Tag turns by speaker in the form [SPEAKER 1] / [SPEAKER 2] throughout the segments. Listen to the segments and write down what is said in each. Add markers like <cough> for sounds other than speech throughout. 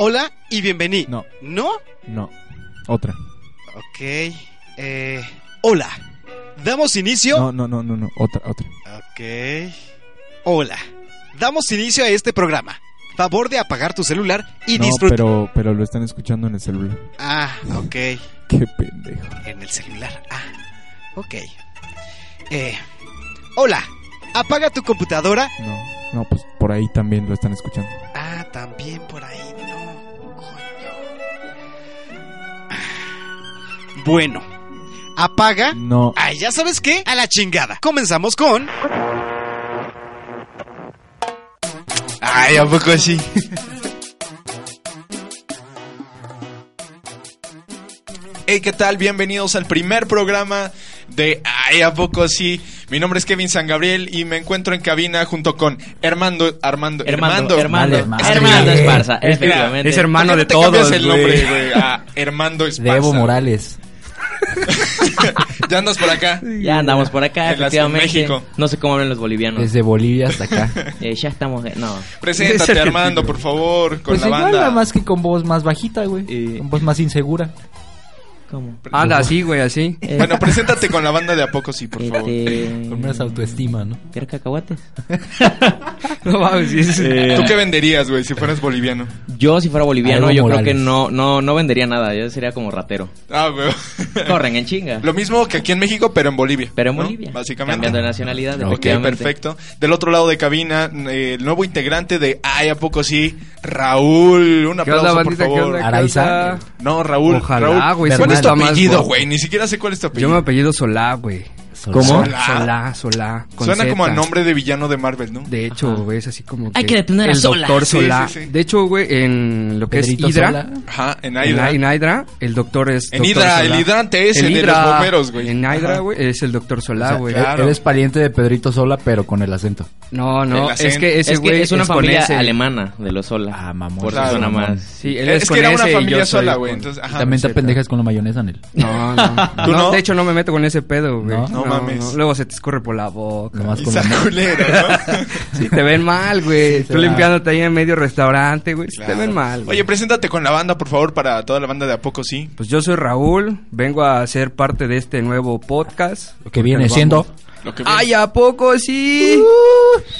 [SPEAKER 1] Hola y bienvenido.
[SPEAKER 2] No,
[SPEAKER 1] ¿No?
[SPEAKER 2] no. Otra.
[SPEAKER 1] Ok. Eh, hola. Damos inicio.
[SPEAKER 2] No, no, no, no, no. Otra, otra.
[SPEAKER 1] Ok. Hola. Damos inicio a este programa. Favor de apagar tu celular y
[SPEAKER 2] no,
[SPEAKER 1] disfrutar.
[SPEAKER 2] pero, pero lo están escuchando en el celular.
[SPEAKER 1] Ah, ok.
[SPEAKER 2] Qué pendejo.
[SPEAKER 1] En el celular. Ah, ok. Eh, hola. Apaga tu computadora.
[SPEAKER 2] No, no, pues por ahí también lo están escuchando.
[SPEAKER 1] Ah, también por ahí. No, coño. Ah. Bueno. Apaga.
[SPEAKER 2] No.
[SPEAKER 1] Ay, ya sabes qué, a la chingada. Comenzamos con. Ay, ¿a poco así?
[SPEAKER 3] <laughs> Hey, ¿qué tal? Bienvenidos al primer programa de Ay, ¿a poco sí? Mi nombre es Kevin San Gabriel y me encuentro en cabina junto con Armando. Armando.
[SPEAKER 4] Hermano, hermano,
[SPEAKER 5] Vale,
[SPEAKER 4] hermano,
[SPEAKER 5] madre.
[SPEAKER 4] Esparza,
[SPEAKER 5] Mira,
[SPEAKER 4] efectivamente.
[SPEAKER 5] Es hermano
[SPEAKER 3] ¿Por qué
[SPEAKER 5] de
[SPEAKER 3] no te cambias
[SPEAKER 5] todos.
[SPEAKER 3] el nombre, güey? A Armando Esparza.
[SPEAKER 5] De Evo Morales.
[SPEAKER 3] ya andas por acá.
[SPEAKER 4] Ya andamos por acá,
[SPEAKER 3] En la Ciudad de
[SPEAKER 4] efectivamente.
[SPEAKER 3] México.
[SPEAKER 4] No sé cómo hablan los bolivianos.
[SPEAKER 5] Desde Bolivia hasta acá.
[SPEAKER 4] Eh, ya estamos, eh, no.
[SPEAKER 5] Es
[SPEAKER 3] Preséntate,
[SPEAKER 5] argentino.
[SPEAKER 3] Armando, por favor, con
[SPEAKER 5] pues
[SPEAKER 3] la
[SPEAKER 5] igual,
[SPEAKER 3] banda.
[SPEAKER 5] nada más que con voz más bajita, güey.
[SPEAKER 4] Y-
[SPEAKER 5] Con voz más insegura.
[SPEAKER 4] ¿Cómo?
[SPEAKER 5] Anda, así, güey,
[SPEAKER 6] <laughs>
[SPEAKER 5] así.
[SPEAKER 4] Eh,
[SPEAKER 3] Bueno, preséntate con la banda de a poco sí, por favor.
[SPEAKER 4] este,
[SPEAKER 5] Con menos autoestima, ¿no?
[SPEAKER 4] ¿Quieres cacahuates?
[SPEAKER 5] No mames,
[SPEAKER 3] ¿Tú qué venderías, güey, si fueras boliviano?
[SPEAKER 4] Yo si fuera boliviano,
[SPEAKER 5] Algo
[SPEAKER 4] yo creo
[SPEAKER 5] Morales.
[SPEAKER 4] que no, no, no vendería nada, yo sería como ratero.
[SPEAKER 3] Ah, güey.
[SPEAKER 4] Corren en chinga.
[SPEAKER 3] Lo mismo que aquí en México, pero en Bolivia.
[SPEAKER 4] Pero en
[SPEAKER 3] ¿no?
[SPEAKER 4] Bolivia.
[SPEAKER 3] Básicamente.
[SPEAKER 4] Cambiando de nacionalidad,
[SPEAKER 3] Ok,
[SPEAKER 4] efectivamente.
[SPEAKER 3] perfecto. Del otro lado de cabina, eh, el nuevo integrante de Ay, ¿a poco sí? Raúl. Un
[SPEAKER 6] ¿Qué onda,
[SPEAKER 3] aplauso, por
[SPEAKER 6] bandita? ¿Qué
[SPEAKER 3] favor.
[SPEAKER 6] onda? ¿Qué
[SPEAKER 5] Araiza.
[SPEAKER 6] onda?
[SPEAKER 3] No, Raúl.
[SPEAKER 6] Ojalá,
[SPEAKER 3] Raúl,
[SPEAKER 6] güey,
[SPEAKER 3] ¿Cuál
[SPEAKER 5] se
[SPEAKER 3] es tu
[SPEAKER 5] me da más
[SPEAKER 3] apellido,
[SPEAKER 6] guapo.
[SPEAKER 3] güey? Ni siquiera sé cuál es tu
[SPEAKER 6] Yo me
[SPEAKER 3] apellido.
[SPEAKER 6] apellido Solá, güey.
[SPEAKER 3] ¿Cómo?
[SPEAKER 6] Solá, Solá, Solá. con
[SPEAKER 3] Suena
[SPEAKER 6] Z.
[SPEAKER 3] como a nombre de villano de Marvel, ¿no?
[SPEAKER 6] De hecho, güey, es así como
[SPEAKER 4] Hay que detener a
[SPEAKER 6] el
[SPEAKER 4] Solá.
[SPEAKER 6] doctor
[SPEAKER 3] Sí,
[SPEAKER 6] Solá.
[SPEAKER 3] sí, sí.
[SPEAKER 6] De hecho, güey, en lo que
[SPEAKER 5] Pedrito
[SPEAKER 6] es Hydra, Ah,
[SPEAKER 5] Sola.
[SPEAKER 3] Ajá, en
[SPEAKER 6] en
[SPEAKER 3] Aida.
[SPEAKER 6] Hy- en Hydra, el doctor es
[SPEAKER 3] En
[SPEAKER 6] Dr.
[SPEAKER 3] Hydra,
[SPEAKER 6] Solá.
[SPEAKER 3] el hidrante ese
[SPEAKER 6] En
[SPEAKER 3] de
[SPEAKER 6] Hydra,
[SPEAKER 3] los bomberos, güey.
[SPEAKER 6] En
[SPEAKER 3] Ajá.
[SPEAKER 6] Hydra, güey, es el doctor Solá, güey.
[SPEAKER 3] claro.
[SPEAKER 5] Eres pariente de Pedrito Sola, pero con el acento.
[SPEAKER 6] No,
[SPEAKER 3] El
[SPEAKER 6] no,
[SPEAKER 3] acento.
[SPEAKER 6] es que ese
[SPEAKER 4] Es que
[SPEAKER 6] güey
[SPEAKER 4] es una
[SPEAKER 6] con
[SPEAKER 4] familia
[SPEAKER 6] ese.
[SPEAKER 4] alemana de los Sola.
[SPEAKER 5] Ah, mamón.
[SPEAKER 4] Por
[SPEAKER 3] Claro,
[SPEAKER 4] eso suena
[SPEAKER 5] mamón.
[SPEAKER 4] más.
[SPEAKER 6] Sí, él
[SPEAKER 3] Es
[SPEAKER 6] es,
[SPEAKER 3] que era una
[SPEAKER 6] con ese y yo
[SPEAKER 3] familia
[SPEAKER 6] soy
[SPEAKER 3] sola,
[SPEAKER 6] con-
[SPEAKER 3] güey. Entonces, ajá.
[SPEAKER 5] También te
[SPEAKER 6] Z.
[SPEAKER 5] pendejas con la mayonesa, Nel.
[SPEAKER 6] No, no.
[SPEAKER 3] ¿Tú no?
[SPEAKER 6] De hecho, no me meto con ese pedo, güey.
[SPEAKER 5] No,
[SPEAKER 3] no mames.
[SPEAKER 6] Luego se te escurre por la boca.
[SPEAKER 5] Nomás
[SPEAKER 3] Y
[SPEAKER 5] con la
[SPEAKER 3] está
[SPEAKER 5] mano.
[SPEAKER 3] culero, ¿no?
[SPEAKER 6] <laughs> Sí, te ven mal, güey. Tú
[SPEAKER 5] va.
[SPEAKER 6] limpiándote ahí en medio restaurante, güey. sí Te
[SPEAKER 3] Claro.
[SPEAKER 6] ven mal. güey.
[SPEAKER 3] Oye, preséntate con la banda, por favor, para toda la banda de A Poco Sí.
[SPEAKER 6] Pues yo soy Raúl, vengo a ser parte de este nuevo podcast.
[SPEAKER 5] Lo que viene
[SPEAKER 6] Vamos.
[SPEAKER 5] siendo.
[SPEAKER 3] Lo que
[SPEAKER 6] ¡Ay, a poco sí!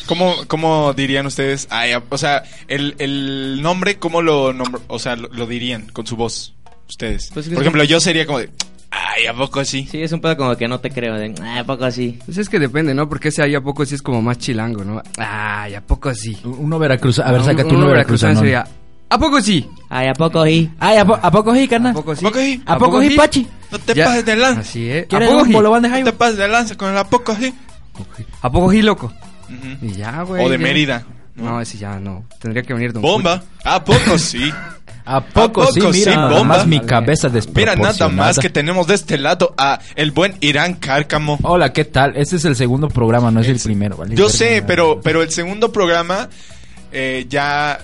[SPEAKER 3] ¿Cómo, cómo dirían ustedes? Ay, o sea, el, el nombre, ¿cómo lo nombr- O sea, lo, lo dirían con su voz, ustedes.
[SPEAKER 4] Pues es que-
[SPEAKER 3] Por ejemplo, yo sería como de, ay, ¿a poco así?
[SPEAKER 4] Sí, es un pedo como que no te creo. De, ah, ¿a poco así.
[SPEAKER 6] Pues es que depende, ¿no? Porque ese ay, a poco sí es como más chilango, ¿no? ¡Ay, a poco sí!
[SPEAKER 5] Uno Veracruz. A ver,
[SPEAKER 6] No,
[SPEAKER 5] saca tú
[SPEAKER 6] uno
[SPEAKER 5] uno Veracruz.
[SPEAKER 6] veracruzano sería, ¿A poco sí?
[SPEAKER 4] Ay, ¿a poco sí?
[SPEAKER 5] Ay, ¿a, po- a poco sí,
[SPEAKER 6] ¿A
[SPEAKER 5] carnal?
[SPEAKER 6] poco sí?
[SPEAKER 3] ¿A poco sí?
[SPEAKER 5] ¿A poco sí, Pachi?
[SPEAKER 3] No te
[SPEAKER 6] Ya.
[SPEAKER 3] pases de lanza.
[SPEAKER 6] Así es. ¿A
[SPEAKER 5] ¿Quieres
[SPEAKER 6] poco
[SPEAKER 5] un
[SPEAKER 6] sí?
[SPEAKER 5] bolobán de
[SPEAKER 3] No
[SPEAKER 5] Jairo?
[SPEAKER 3] te pases de lanza con el a poco así.
[SPEAKER 6] ¿A poco sí, loco?
[SPEAKER 3] Ujú.
[SPEAKER 6] Y ya, güey.
[SPEAKER 3] O de
[SPEAKER 6] ya.
[SPEAKER 3] Mérida.
[SPEAKER 6] No, ese ya no. Tendría que venir Don
[SPEAKER 3] Bomba. ¿A poco
[SPEAKER 5] <laughs>
[SPEAKER 3] sí?
[SPEAKER 5] ¿A poco sí?
[SPEAKER 3] poco sí,
[SPEAKER 5] Mira, nada
[SPEAKER 3] bomba?
[SPEAKER 5] más mi cabeza
[SPEAKER 3] Mira,
[SPEAKER 5] desproporcionada.
[SPEAKER 3] nada más que tenemos de este lado a el buen Irán Cárcamo.
[SPEAKER 5] Hola, ¿qué tal? Este es el segundo programa, no es el primero, ¿vale?
[SPEAKER 3] Yo
[SPEAKER 5] Verga,
[SPEAKER 3] sé,
[SPEAKER 5] nada
[SPEAKER 3] pero,
[SPEAKER 5] más.
[SPEAKER 3] pero el segundo programa eh, ya...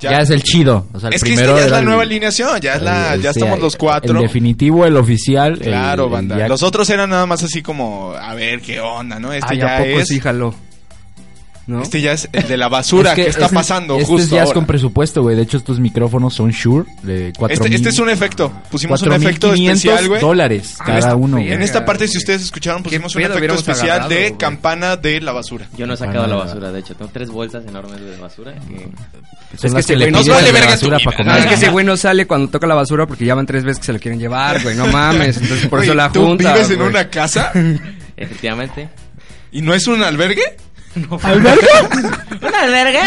[SPEAKER 5] Ya, es el chido. O sea, el
[SPEAKER 3] es que
[SPEAKER 5] primero
[SPEAKER 3] esta ya es
[SPEAKER 5] era
[SPEAKER 3] la
[SPEAKER 5] el-
[SPEAKER 3] nueva alineación, ya es la,
[SPEAKER 5] el-
[SPEAKER 3] ya
[SPEAKER 5] este,
[SPEAKER 3] estamos los cuatro.
[SPEAKER 5] El definitivo, el oficial. el-
[SPEAKER 3] Claro,
[SPEAKER 5] el
[SPEAKER 3] banda.
[SPEAKER 5] Eh, ya-
[SPEAKER 3] Los otros eran nada más así como, a ver qué onda, ¿no? Este
[SPEAKER 6] Ay,
[SPEAKER 3] ya
[SPEAKER 6] ¿a poco
[SPEAKER 3] es.
[SPEAKER 6] Ah, pues, sí, jaló? ¿No?
[SPEAKER 3] Este ya es el de la basura
[SPEAKER 5] Es
[SPEAKER 3] que, está
[SPEAKER 5] este-
[SPEAKER 3] pasando
[SPEAKER 5] este
[SPEAKER 3] justo.
[SPEAKER 5] ya es
[SPEAKER 3] ahora.
[SPEAKER 5] con presupuesto, güey. De hecho, estos micrófonos son Shure de 4
[SPEAKER 3] este, este es un efecto. Pusimos un efecto especial, güey.
[SPEAKER 5] dólares
[SPEAKER 6] Ah,
[SPEAKER 5] cada
[SPEAKER 6] esta
[SPEAKER 5] uno.
[SPEAKER 6] verga.
[SPEAKER 3] En
[SPEAKER 5] güey.
[SPEAKER 3] esta parte, si
[SPEAKER 6] güey.
[SPEAKER 3] ustedes escucharon,
[SPEAKER 6] ¿Qué
[SPEAKER 3] pusimos un
[SPEAKER 6] pedo
[SPEAKER 3] efecto
[SPEAKER 6] hubiéramos
[SPEAKER 3] especial
[SPEAKER 6] agarrado,
[SPEAKER 3] de
[SPEAKER 6] güey?
[SPEAKER 3] campana de la basura.
[SPEAKER 4] Yo no he sacado
[SPEAKER 5] Para
[SPEAKER 4] la
[SPEAKER 5] nada.
[SPEAKER 4] basura, de hecho. Tengo tres bolsas enormes de basura. que-
[SPEAKER 5] Ah, Son
[SPEAKER 6] Es que
[SPEAKER 5] las
[SPEAKER 6] este
[SPEAKER 5] le
[SPEAKER 6] güey nos
[SPEAKER 5] pides a
[SPEAKER 3] vale
[SPEAKER 5] la
[SPEAKER 3] verga
[SPEAKER 5] basura
[SPEAKER 3] tu
[SPEAKER 5] para
[SPEAKER 3] vida.
[SPEAKER 6] No,
[SPEAKER 5] comer.
[SPEAKER 6] Ah, es que ese güey no sale cuando toca la basura porque ya van tres veces que se lo quieren llevar, güey. No mames. Entonces por eso
[SPEAKER 3] Oye,
[SPEAKER 6] la
[SPEAKER 3] ¿Tú
[SPEAKER 6] junta.
[SPEAKER 3] vives en
[SPEAKER 6] güey.
[SPEAKER 3] una
[SPEAKER 6] <laughs>
[SPEAKER 3] casa
[SPEAKER 4] Efectivamente.
[SPEAKER 3] y no es un albergue?
[SPEAKER 4] ¿Una verga?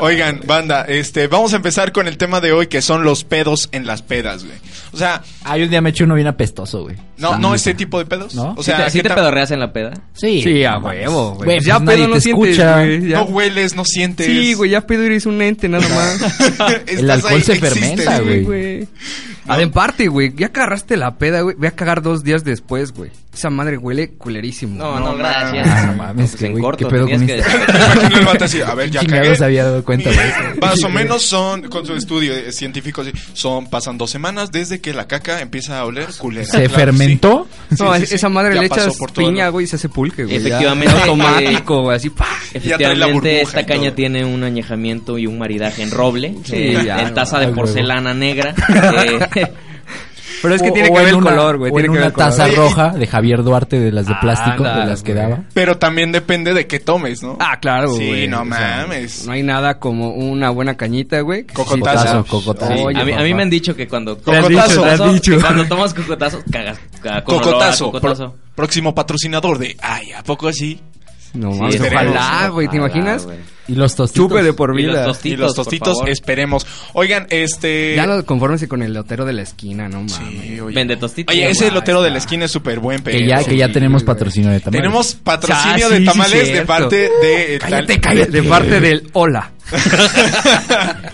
[SPEAKER 3] Oigan, banda, este, vamos a empezar con el tema de hoy que son los pedos en las pedas, güey. O sea,
[SPEAKER 5] Ay, un Ah, día me eché uno bien apestoso, güey.
[SPEAKER 3] no, no este tipo de pedos.
[SPEAKER 5] Ah. ¿No?
[SPEAKER 3] O
[SPEAKER 4] ¿Sí te-
[SPEAKER 3] sea,
[SPEAKER 4] ¿Sí
[SPEAKER 3] ¿qué
[SPEAKER 4] te
[SPEAKER 3] tan-
[SPEAKER 4] pedorreas en la peda?
[SPEAKER 5] Sí.
[SPEAKER 6] Sí, a
[SPEAKER 5] no mames.
[SPEAKER 6] huevo, güey.
[SPEAKER 5] Güey,
[SPEAKER 6] Pues
[SPEAKER 5] pues
[SPEAKER 6] ya
[SPEAKER 5] nadie
[SPEAKER 6] pedo no
[SPEAKER 5] te
[SPEAKER 6] sientes,
[SPEAKER 5] escucha.
[SPEAKER 6] güey. ya.
[SPEAKER 3] no hueles, no sientes. <laughs>
[SPEAKER 6] Sí, güey, ya pedo eres un ente nada más.
[SPEAKER 5] El alcohol se fermenta,
[SPEAKER 6] Sí,
[SPEAKER 5] güey.
[SPEAKER 6] güey. Además, parte, güey, ya agarraste la peda, güey. Voy a cagar dos días después, güey. Esa madre huele culerísimo.
[SPEAKER 4] No,
[SPEAKER 3] no,
[SPEAKER 4] no, gracias.
[SPEAKER 5] Ah, no mames,
[SPEAKER 4] Pues
[SPEAKER 5] que,
[SPEAKER 4] en
[SPEAKER 5] güey,
[SPEAKER 4] corto,
[SPEAKER 5] qué pedo
[SPEAKER 4] tenías
[SPEAKER 5] con
[SPEAKER 4] que
[SPEAKER 5] esto.
[SPEAKER 4] decir.
[SPEAKER 3] Imagino el vato así, a ver, ya
[SPEAKER 5] Chingados
[SPEAKER 3] cagué.
[SPEAKER 5] se había dado cuenta, güey.
[SPEAKER 3] <laughs> Más o menos son, con su estudio eh, científico, sí, son, pasan dos semanas desde que la caca empieza a oler culera.
[SPEAKER 5] <laughs> Se
[SPEAKER 3] Claro,
[SPEAKER 5] fermentó.
[SPEAKER 3] <laughs> sí. Sí,
[SPEAKER 6] No,
[SPEAKER 3] sí,
[SPEAKER 6] es-
[SPEAKER 3] sí.
[SPEAKER 6] esa madre
[SPEAKER 3] Ya
[SPEAKER 6] le
[SPEAKER 3] pasó
[SPEAKER 6] echas
[SPEAKER 3] por todo el-
[SPEAKER 6] piña, güey, y se hace pulque, güey. Ya.
[SPEAKER 4] Efectivamente,
[SPEAKER 6] Automático, güey, así, ¡pah!
[SPEAKER 4] <laughs>
[SPEAKER 3] Ya trae la burbuja
[SPEAKER 4] Efectivamente,
[SPEAKER 3] y
[SPEAKER 4] esta caña
[SPEAKER 3] todo.
[SPEAKER 4] tiene un añejamiento y un maridaje en roble, eh,
[SPEAKER 6] ya,
[SPEAKER 4] en taza de
[SPEAKER 5] ay,
[SPEAKER 4] porcelana negra. eh,
[SPEAKER 6] Pero es que
[SPEAKER 5] O-
[SPEAKER 6] tiene
[SPEAKER 5] o
[SPEAKER 6] que
[SPEAKER 5] en
[SPEAKER 6] ver el
[SPEAKER 5] una-
[SPEAKER 6] color, güey.
[SPEAKER 5] O en
[SPEAKER 6] Tiene que ver
[SPEAKER 5] una
[SPEAKER 6] el color.
[SPEAKER 5] taza
[SPEAKER 3] Sí.
[SPEAKER 5] roja de Javier Duarte de las de plástico, de
[SPEAKER 6] Ándale,
[SPEAKER 5] las que
[SPEAKER 6] güey.
[SPEAKER 5] daba.
[SPEAKER 3] Pero también depende de qué tomes, ¿no?
[SPEAKER 6] Ah, claro,
[SPEAKER 3] Sí,
[SPEAKER 6] güey.
[SPEAKER 3] no
[SPEAKER 6] o sea,
[SPEAKER 3] mames.
[SPEAKER 6] no hay nada como una buena cañita, güey. que
[SPEAKER 3] Cocotazo.
[SPEAKER 5] Cocotazo,
[SPEAKER 3] Sí.
[SPEAKER 5] cocotazo.
[SPEAKER 4] sí,
[SPEAKER 6] Oye,
[SPEAKER 4] a, mí, a mí me han dicho que cuando
[SPEAKER 3] Te has dicho, te has
[SPEAKER 4] cocotazo,
[SPEAKER 6] dicho.
[SPEAKER 4] que cuando tomas cocotazo, cagas. cagas con olor a
[SPEAKER 3] Cocotazo,
[SPEAKER 4] cocotazo.
[SPEAKER 3] pro- próximo patrocinador de Ay, ¿a poco así?
[SPEAKER 6] No
[SPEAKER 4] Sí,
[SPEAKER 6] mames,
[SPEAKER 3] esperemos.
[SPEAKER 6] ojalá, Ah, güey, ¿te
[SPEAKER 4] Ojalá,
[SPEAKER 6] imaginas?
[SPEAKER 4] Ah, güey.
[SPEAKER 5] Y los tostitos.
[SPEAKER 6] Chupe de por
[SPEAKER 4] Y los
[SPEAKER 6] vida.
[SPEAKER 4] tostitos,
[SPEAKER 3] y los
[SPEAKER 4] por
[SPEAKER 3] tostitos,
[SPEAKER 4] favor.
[SPEAKER 3] esperemos. Oigan, este.
[SPEAKER 6] Ya no confórmense con el lotero de la esquina, no mames.
[SPEAKER 3] Sí, oye.
[SPEAKER 4] Vende tostitos.
[SPEAKER 3] Oye, ese
[SPEAKER 4] Guau,
[SPEAKER 3] lotero de la esquina es súper buen, pero.
[SPEAKER 5] Que ya, que ya
[SPEAKER 6] Sí,
[SPEAKER 5] tenemos
[SPEAKER 6] güey.
[SPEAKER 5] patrocinio de tamales.
[SPEAKER 3] Tenemos patrocinio
[SPEAKER 6] Ah,
[SPEAKER 3] de
[SPEAKER 6] sí, sí,
[SPEAKER 3] tamales de
[SPEAKER 6] cierto.
[SPEAKER 3] parte de. eh, tal-
[SPEAKER 5] Cállate, cállate.
[SPEAKER 6] De
[SPEAKER 3] <laughs>
[SPEAKER 6] parte del hola.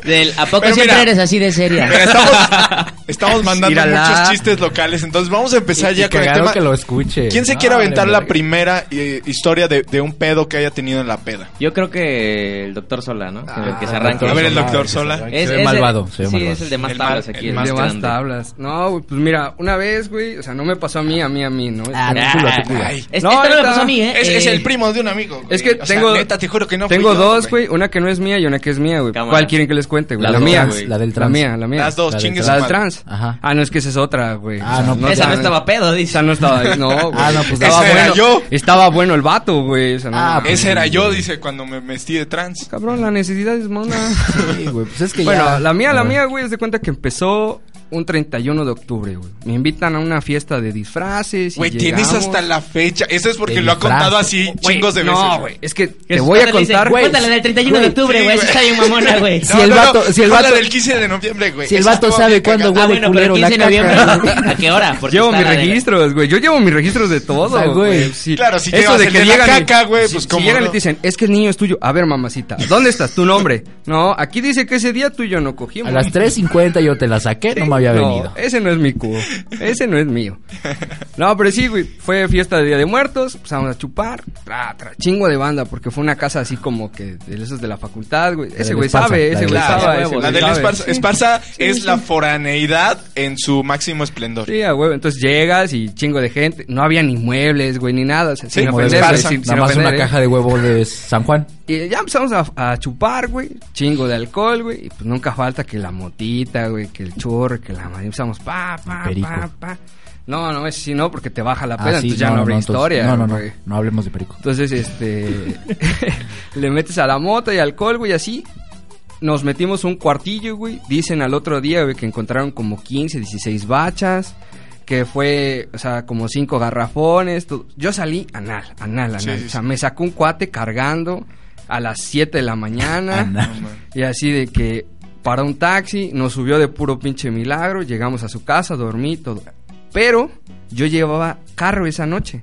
[SPEAKER 4] Del, ¿A poco
[SPEAKER 3] Pero
[SPEAKER 4] siempre
[SPEAKER 3] mira,
[SPEAKER 4] eres así de seria?
[SPEAKER 3] Mira, estamos,
[SPEAKER 5] <laughs>
[SPEAKER 3] estamos mandando
[SPEAKER 6] Mírala.
[SPEAKER 3] muchos chistes locales, entonces vamos a empezar
[SPEAKER 5] Y
[SPEAKER 3] ya con el
[SPEAKER 5] cagado
[SPEAKER 3] tema.
[SPEAKER 5] que lo escuche.
[SPEAKER 3] ¿Quién se
[SPEAKER 5] No,
[SPEAKER 3] quiere aventar
[SPEAKER 5] vale,
[SPEAKER 3] la
[SPEAKER 5] verga.
[SPEAKER 3] primera eh, historia de, de un pedo que haya tenido en la peda?
[SPEAKER 4] <laughs> Yo creo que el doctor Sola, ¿no? Que- que se
[SPEAKER 3] A
[SPEAKER 4] arranque.
[SPEAKER 3] ver, el
[SPEAKER 5] Sola,
[SPEAKER 3] doctor
[SPEAKER 5] se
[SPEAKER 3] Sola.
[SPEAKER 5] arranque.
[SPEAKER 4] Es,
[SPEAKER 5] Se ve
[SPEAKER 4] es el-
[SPEAKER 5] malvado, se ve
[SPEAKER 4] sí,
[SPEAKER 5] malvado.
[SPEAKER 4] es el de más
[SPEAKER 3] El mal-
[SPEAKER 4] tablas aquí.
[SPEAKER 3] el
[SPEAKER 4] El
[SPEAKER 3] más
[SPEAKER 4] más
[SPEAKER 6] de más
[SPEAKER 4] grande.
[SPEAKER 6] tablas. No, güey, pues mira, una vez, güey, o sea, no me pasó a mí, a mí, a mí, ¿no?
[SPEAKER 4] Ah,
[SPEAKER 6] Este,
[SPEAKER 4] ah,
[SPEAKER 5] culo, tu culo.
[SPEAKER 4] ay. Es-
[SPEAKER 6] No,
[SPEAKER 4] esta no me
[SPEAKER 6] neta.
[SPEAKER 4] pasó a mí, ¿eh?
[SPEAKER 3] Es, es
[SPEAKER 4] Eh,
[SPEAKER 3] el primo de un amigo. güey.
[SPEAKER 6] Es que
[SPEAKER 3] O sea,
[SPEAKER 6] tengo
[SPEAKER 3] neta, te juro que no. fui
[SPEAKER 6] Tengo
[SPEAKER 3] yo,
[SPEAKER 6] dos,
[SPEAKER 3] güey.
[SPEAKER 6] güey, una que no es mía y una que es mía, güey.
[SPEAKER 4] Cámara.
[SPEAKER 6] ¿Cuál quieren que les cuente, güey?
[SPEAKER 5] Las
[SPEAKER 6] La,
[SPEAKER 5] dos,
[SPEAKER 6] mía,
[SPEAKER 5] güey. La del
[SPEAKER 6] La
[SPEAKER 5] trans.
[SPEAKER 6] mía, la mía.
[SPEAKER 3] Las dos,
[SPEAKER 5] La del
[SPEAKER 3] chingues.
[SPEAKER 6] La
[SPEAKER 3] madre.
[SPEAKER 6] del trans.
[SPEAKER 5] Ajá.
[SPEAKER 6] Ah, no, es que esa es otra, güey.
[SPEAKER 5] Ah, no,
[SPEAKER 4] Esa no
[SPEAKER 6] ya-
[SPEAKER 4] estaba pedo,
[SPEAKER 6] O sea,
[SPEAKER 4] dice. <laughs>
[SPEAKER 6] no estaba. No, güey.
[SPEAKER 5] Ah, no, pues,
[SPEAKER 6] estaba
[SPEAKER 3] ese era
[SPEAKER 6] bueno.
[SPEAKER 3] yo.
[SPEAKER 6] Estaba bueno el vato, güey. O sea, no,
[SPEAKER 5] Ah,
[SPEAKER 6] mames.
[SPEAKER 3] Ese era yo, dice, cuando me vestí de trans.
[SPEAKER 6] Cabrón, la necesidad es mona.
[SPEAKER 5] <laughs> Sí, güey, pues es que
[SPEAKER 6] bueno,
[SPEAKER 5] ya-
[SPEAKER 6] la mía, la
[SPEAKER 5] A ver.
[SPEAKER 6] mía, güey, es de cuenta que empezó un 31 de octubre, güey. Me invitan a una fiesta de disfraces. y
[SPEAKER 3] Güey, tienes
[SPEAKER 6] llegamos.
[SPEAKER 3] hasta la fecha. Eso es porque
[SPEAKER 5] Te
[SPEAKER 3] lo ha contado
[SPEAKER 5] disfrazas.
[SPEAKER 3] así
[SPEAKER 6] Güey,
[SPEAKER 3] chingos de veces.
[SPEAKER 6] No, güey, es que
[SPEAKER 4] Que
[SPEAKER 6] te
[SPEAKER 4] su
[SPEAKER 6] voy a
[SPEAKER 4] cuate le dice,
[SPEAKER 6] contar.
[SPEAKER 4] Cuéntale del 31 de
[SPEAKER 5] Güey,
[SPEAKER 4] octubre,
[SPEAKER 3] sí,
[SPEAKER 4] güey. Esa
[SPEAKER 3] güey.
[SPEAKER 4] <laughs> está bien mamona, güey.
[SPEAKER 5] Si el vato- si el
[SPEAKER 3] no, la
[SPEAKER 5] vato-
[SPEAKER 3] del 15 de noviembre, güey.
[SPEAKER 5] si el
[SPEAKER 3] Esa
[SPEAKER 5] vato
[SPEAKER 3] estuvo
[SPEAKER 5] sabe
[SPEAKER 3] bien
[SPEAKER 5] cuándo
[SPEAKER 3] cagada.
[SPEAKER 4] Ah,
[SPEAKER 5] Huele
[SPEAKER 4] bueno, pero el
[SPEAKER 5] culero
[SPEAKER 4] 15 de
[SPEAKER 5] la
[SPEAKER 4] noviembre.
[SPEAKER 5] caca.
[SPEAKER 4] ¿A qué hora? Porque
[SPEAKER 6] Llevo
[SPEAKER 4] está
[SPEAKER 6] mis
[SPEAKER 4] la de-
[SPEAKER 6] registros, güey. Yo llevo mis registros de todo,
[SPEAKER 5] O sea, güey.
[SPEAKER 6] güey. Sí.
[SPEAKER 3] Claro, si
[SPEAKER 6] Eso
[SPEAKER 3] llevas
[SPEAKER 6] de
[SPEAKER 3] el
[SPEAKER 6] que
[SPEAKER 3] de la
[SPEAKER 6] llegan y-
[SPEAKER 3] caca, güey,
[SPEAKER 6] si-
[SPEAKER 3] pues,
[SPEAKER 6] si
[SPEAKER 3] ¿cómo
[SPEAKER 6] llegan
[SPEAKER 3] no?
[SPEAKER 6] y te dicen, es que el niño es tuyo. A ver, mamacita, ¿dónde estás? ¿Tu nombre? No, aquí dice que ese día tú y yo no cogimos.
[SPEAKER 5] A las 3.50 yo te la saqué, no me había
[SPEAKER 6] No, eh,
[SPEAKER 5] venido.
[SPEAKER 6] ese no es mi cubo. Ese no es mío. No, pero sí, güey. Fue fiesta de Día de Muertos. Empezamos a chupar. Tra, tra, chingo de banda. Porque fue una casa así como que de esos de la facultad, güey. Ese
[SPEAKER 5] del
[SPEAKER 6] güey
[SPEAKER 5] Esparza,
[SPEAKER 6] sabe,
[SPEAKER 5] la
[SPEAKER 6] ese
[SPEAKER 5] del
[SPEAKER 6] güey
[SPEAKER 3] Claro,
[SPEAKER 6] sabe.
[SPEAKER 3] la
[SPEAKER 6] ese güey
[SPEAKER 3] del
[SPEAKER 6] sabe.
[SPEAKER 3] Esparza,
[SPEAKER 6] Sí.
[SPEAKER 3] Esparza es la foraneidad en su máximo esplendor.
[SPEAKER 6] Pues Sí, a huevo. Entonces llegas y chingo de gente. No había ni muebles, güey, ni nada. O sea,
[SPEAKER 3] Sí,
[SPEAKER 6] sin
[SPEAKER 3] como
[SPEAKER 6] ofender,
[SPEAKER 3] de
[SPEAKER 6] güey,
[SPEAKER 3] Esparza.
[SPEAKER 6] sin- sin
[SPEAKER 5] Nada más
[SPEAKER 6] ofender,
[SPEAKER 5] una
[SPEAKER 6] ¿eh?
[SPEAKER 5] caja de huevo de San Juan.
[SPEAKER 6] Y ya empezamos a, a chupar, güey. Chingo de alcohol, güey. Y pues nunca falta que la motita, güey, que el chorro, que la madre. Empezamos pa, pa,
[SPEAKER 5] El perico.
[SPEAKER 6] pa, pa. No, no, es si no, porque te baja la pena.
[SPEAKER 5] Ah, sí,
[SPEAKER 6] entonces pues ya no, habrá
[SPEAKER 5] entonces-
[SPEAKER 6] historia.
[SPEAKER 5] No, no, no.
[SPEAKER 6] güey.
[SPEAKER 5] No hablemos de perico.
[SPEAKER 6] Entonces, este. <laughs> le metes a la mota y alcohol, güey, así. Nos metimos un cuartillo, güey. Dicen al otro día, güey, que encontraron como 15, 16 bachas. Que fue, o sea, como cinco garrafones. todo. Yo salí anal, anal, anal.
[SPEAKER 3] Sí, sí,
[SPEAKER 6] o sea, me sacó un cuate cargando a las 7 de
[SPEAKER 3] <laughs>
[SPEAKER 6] la mañana.
[SPEAKER 5] Ana.
[SPEAKER 6] Y así de que para un taxi, nos subió de puro pinche milagro, llegamos a su casa, dormí, todo. Pero yo llevaba carro esa noche.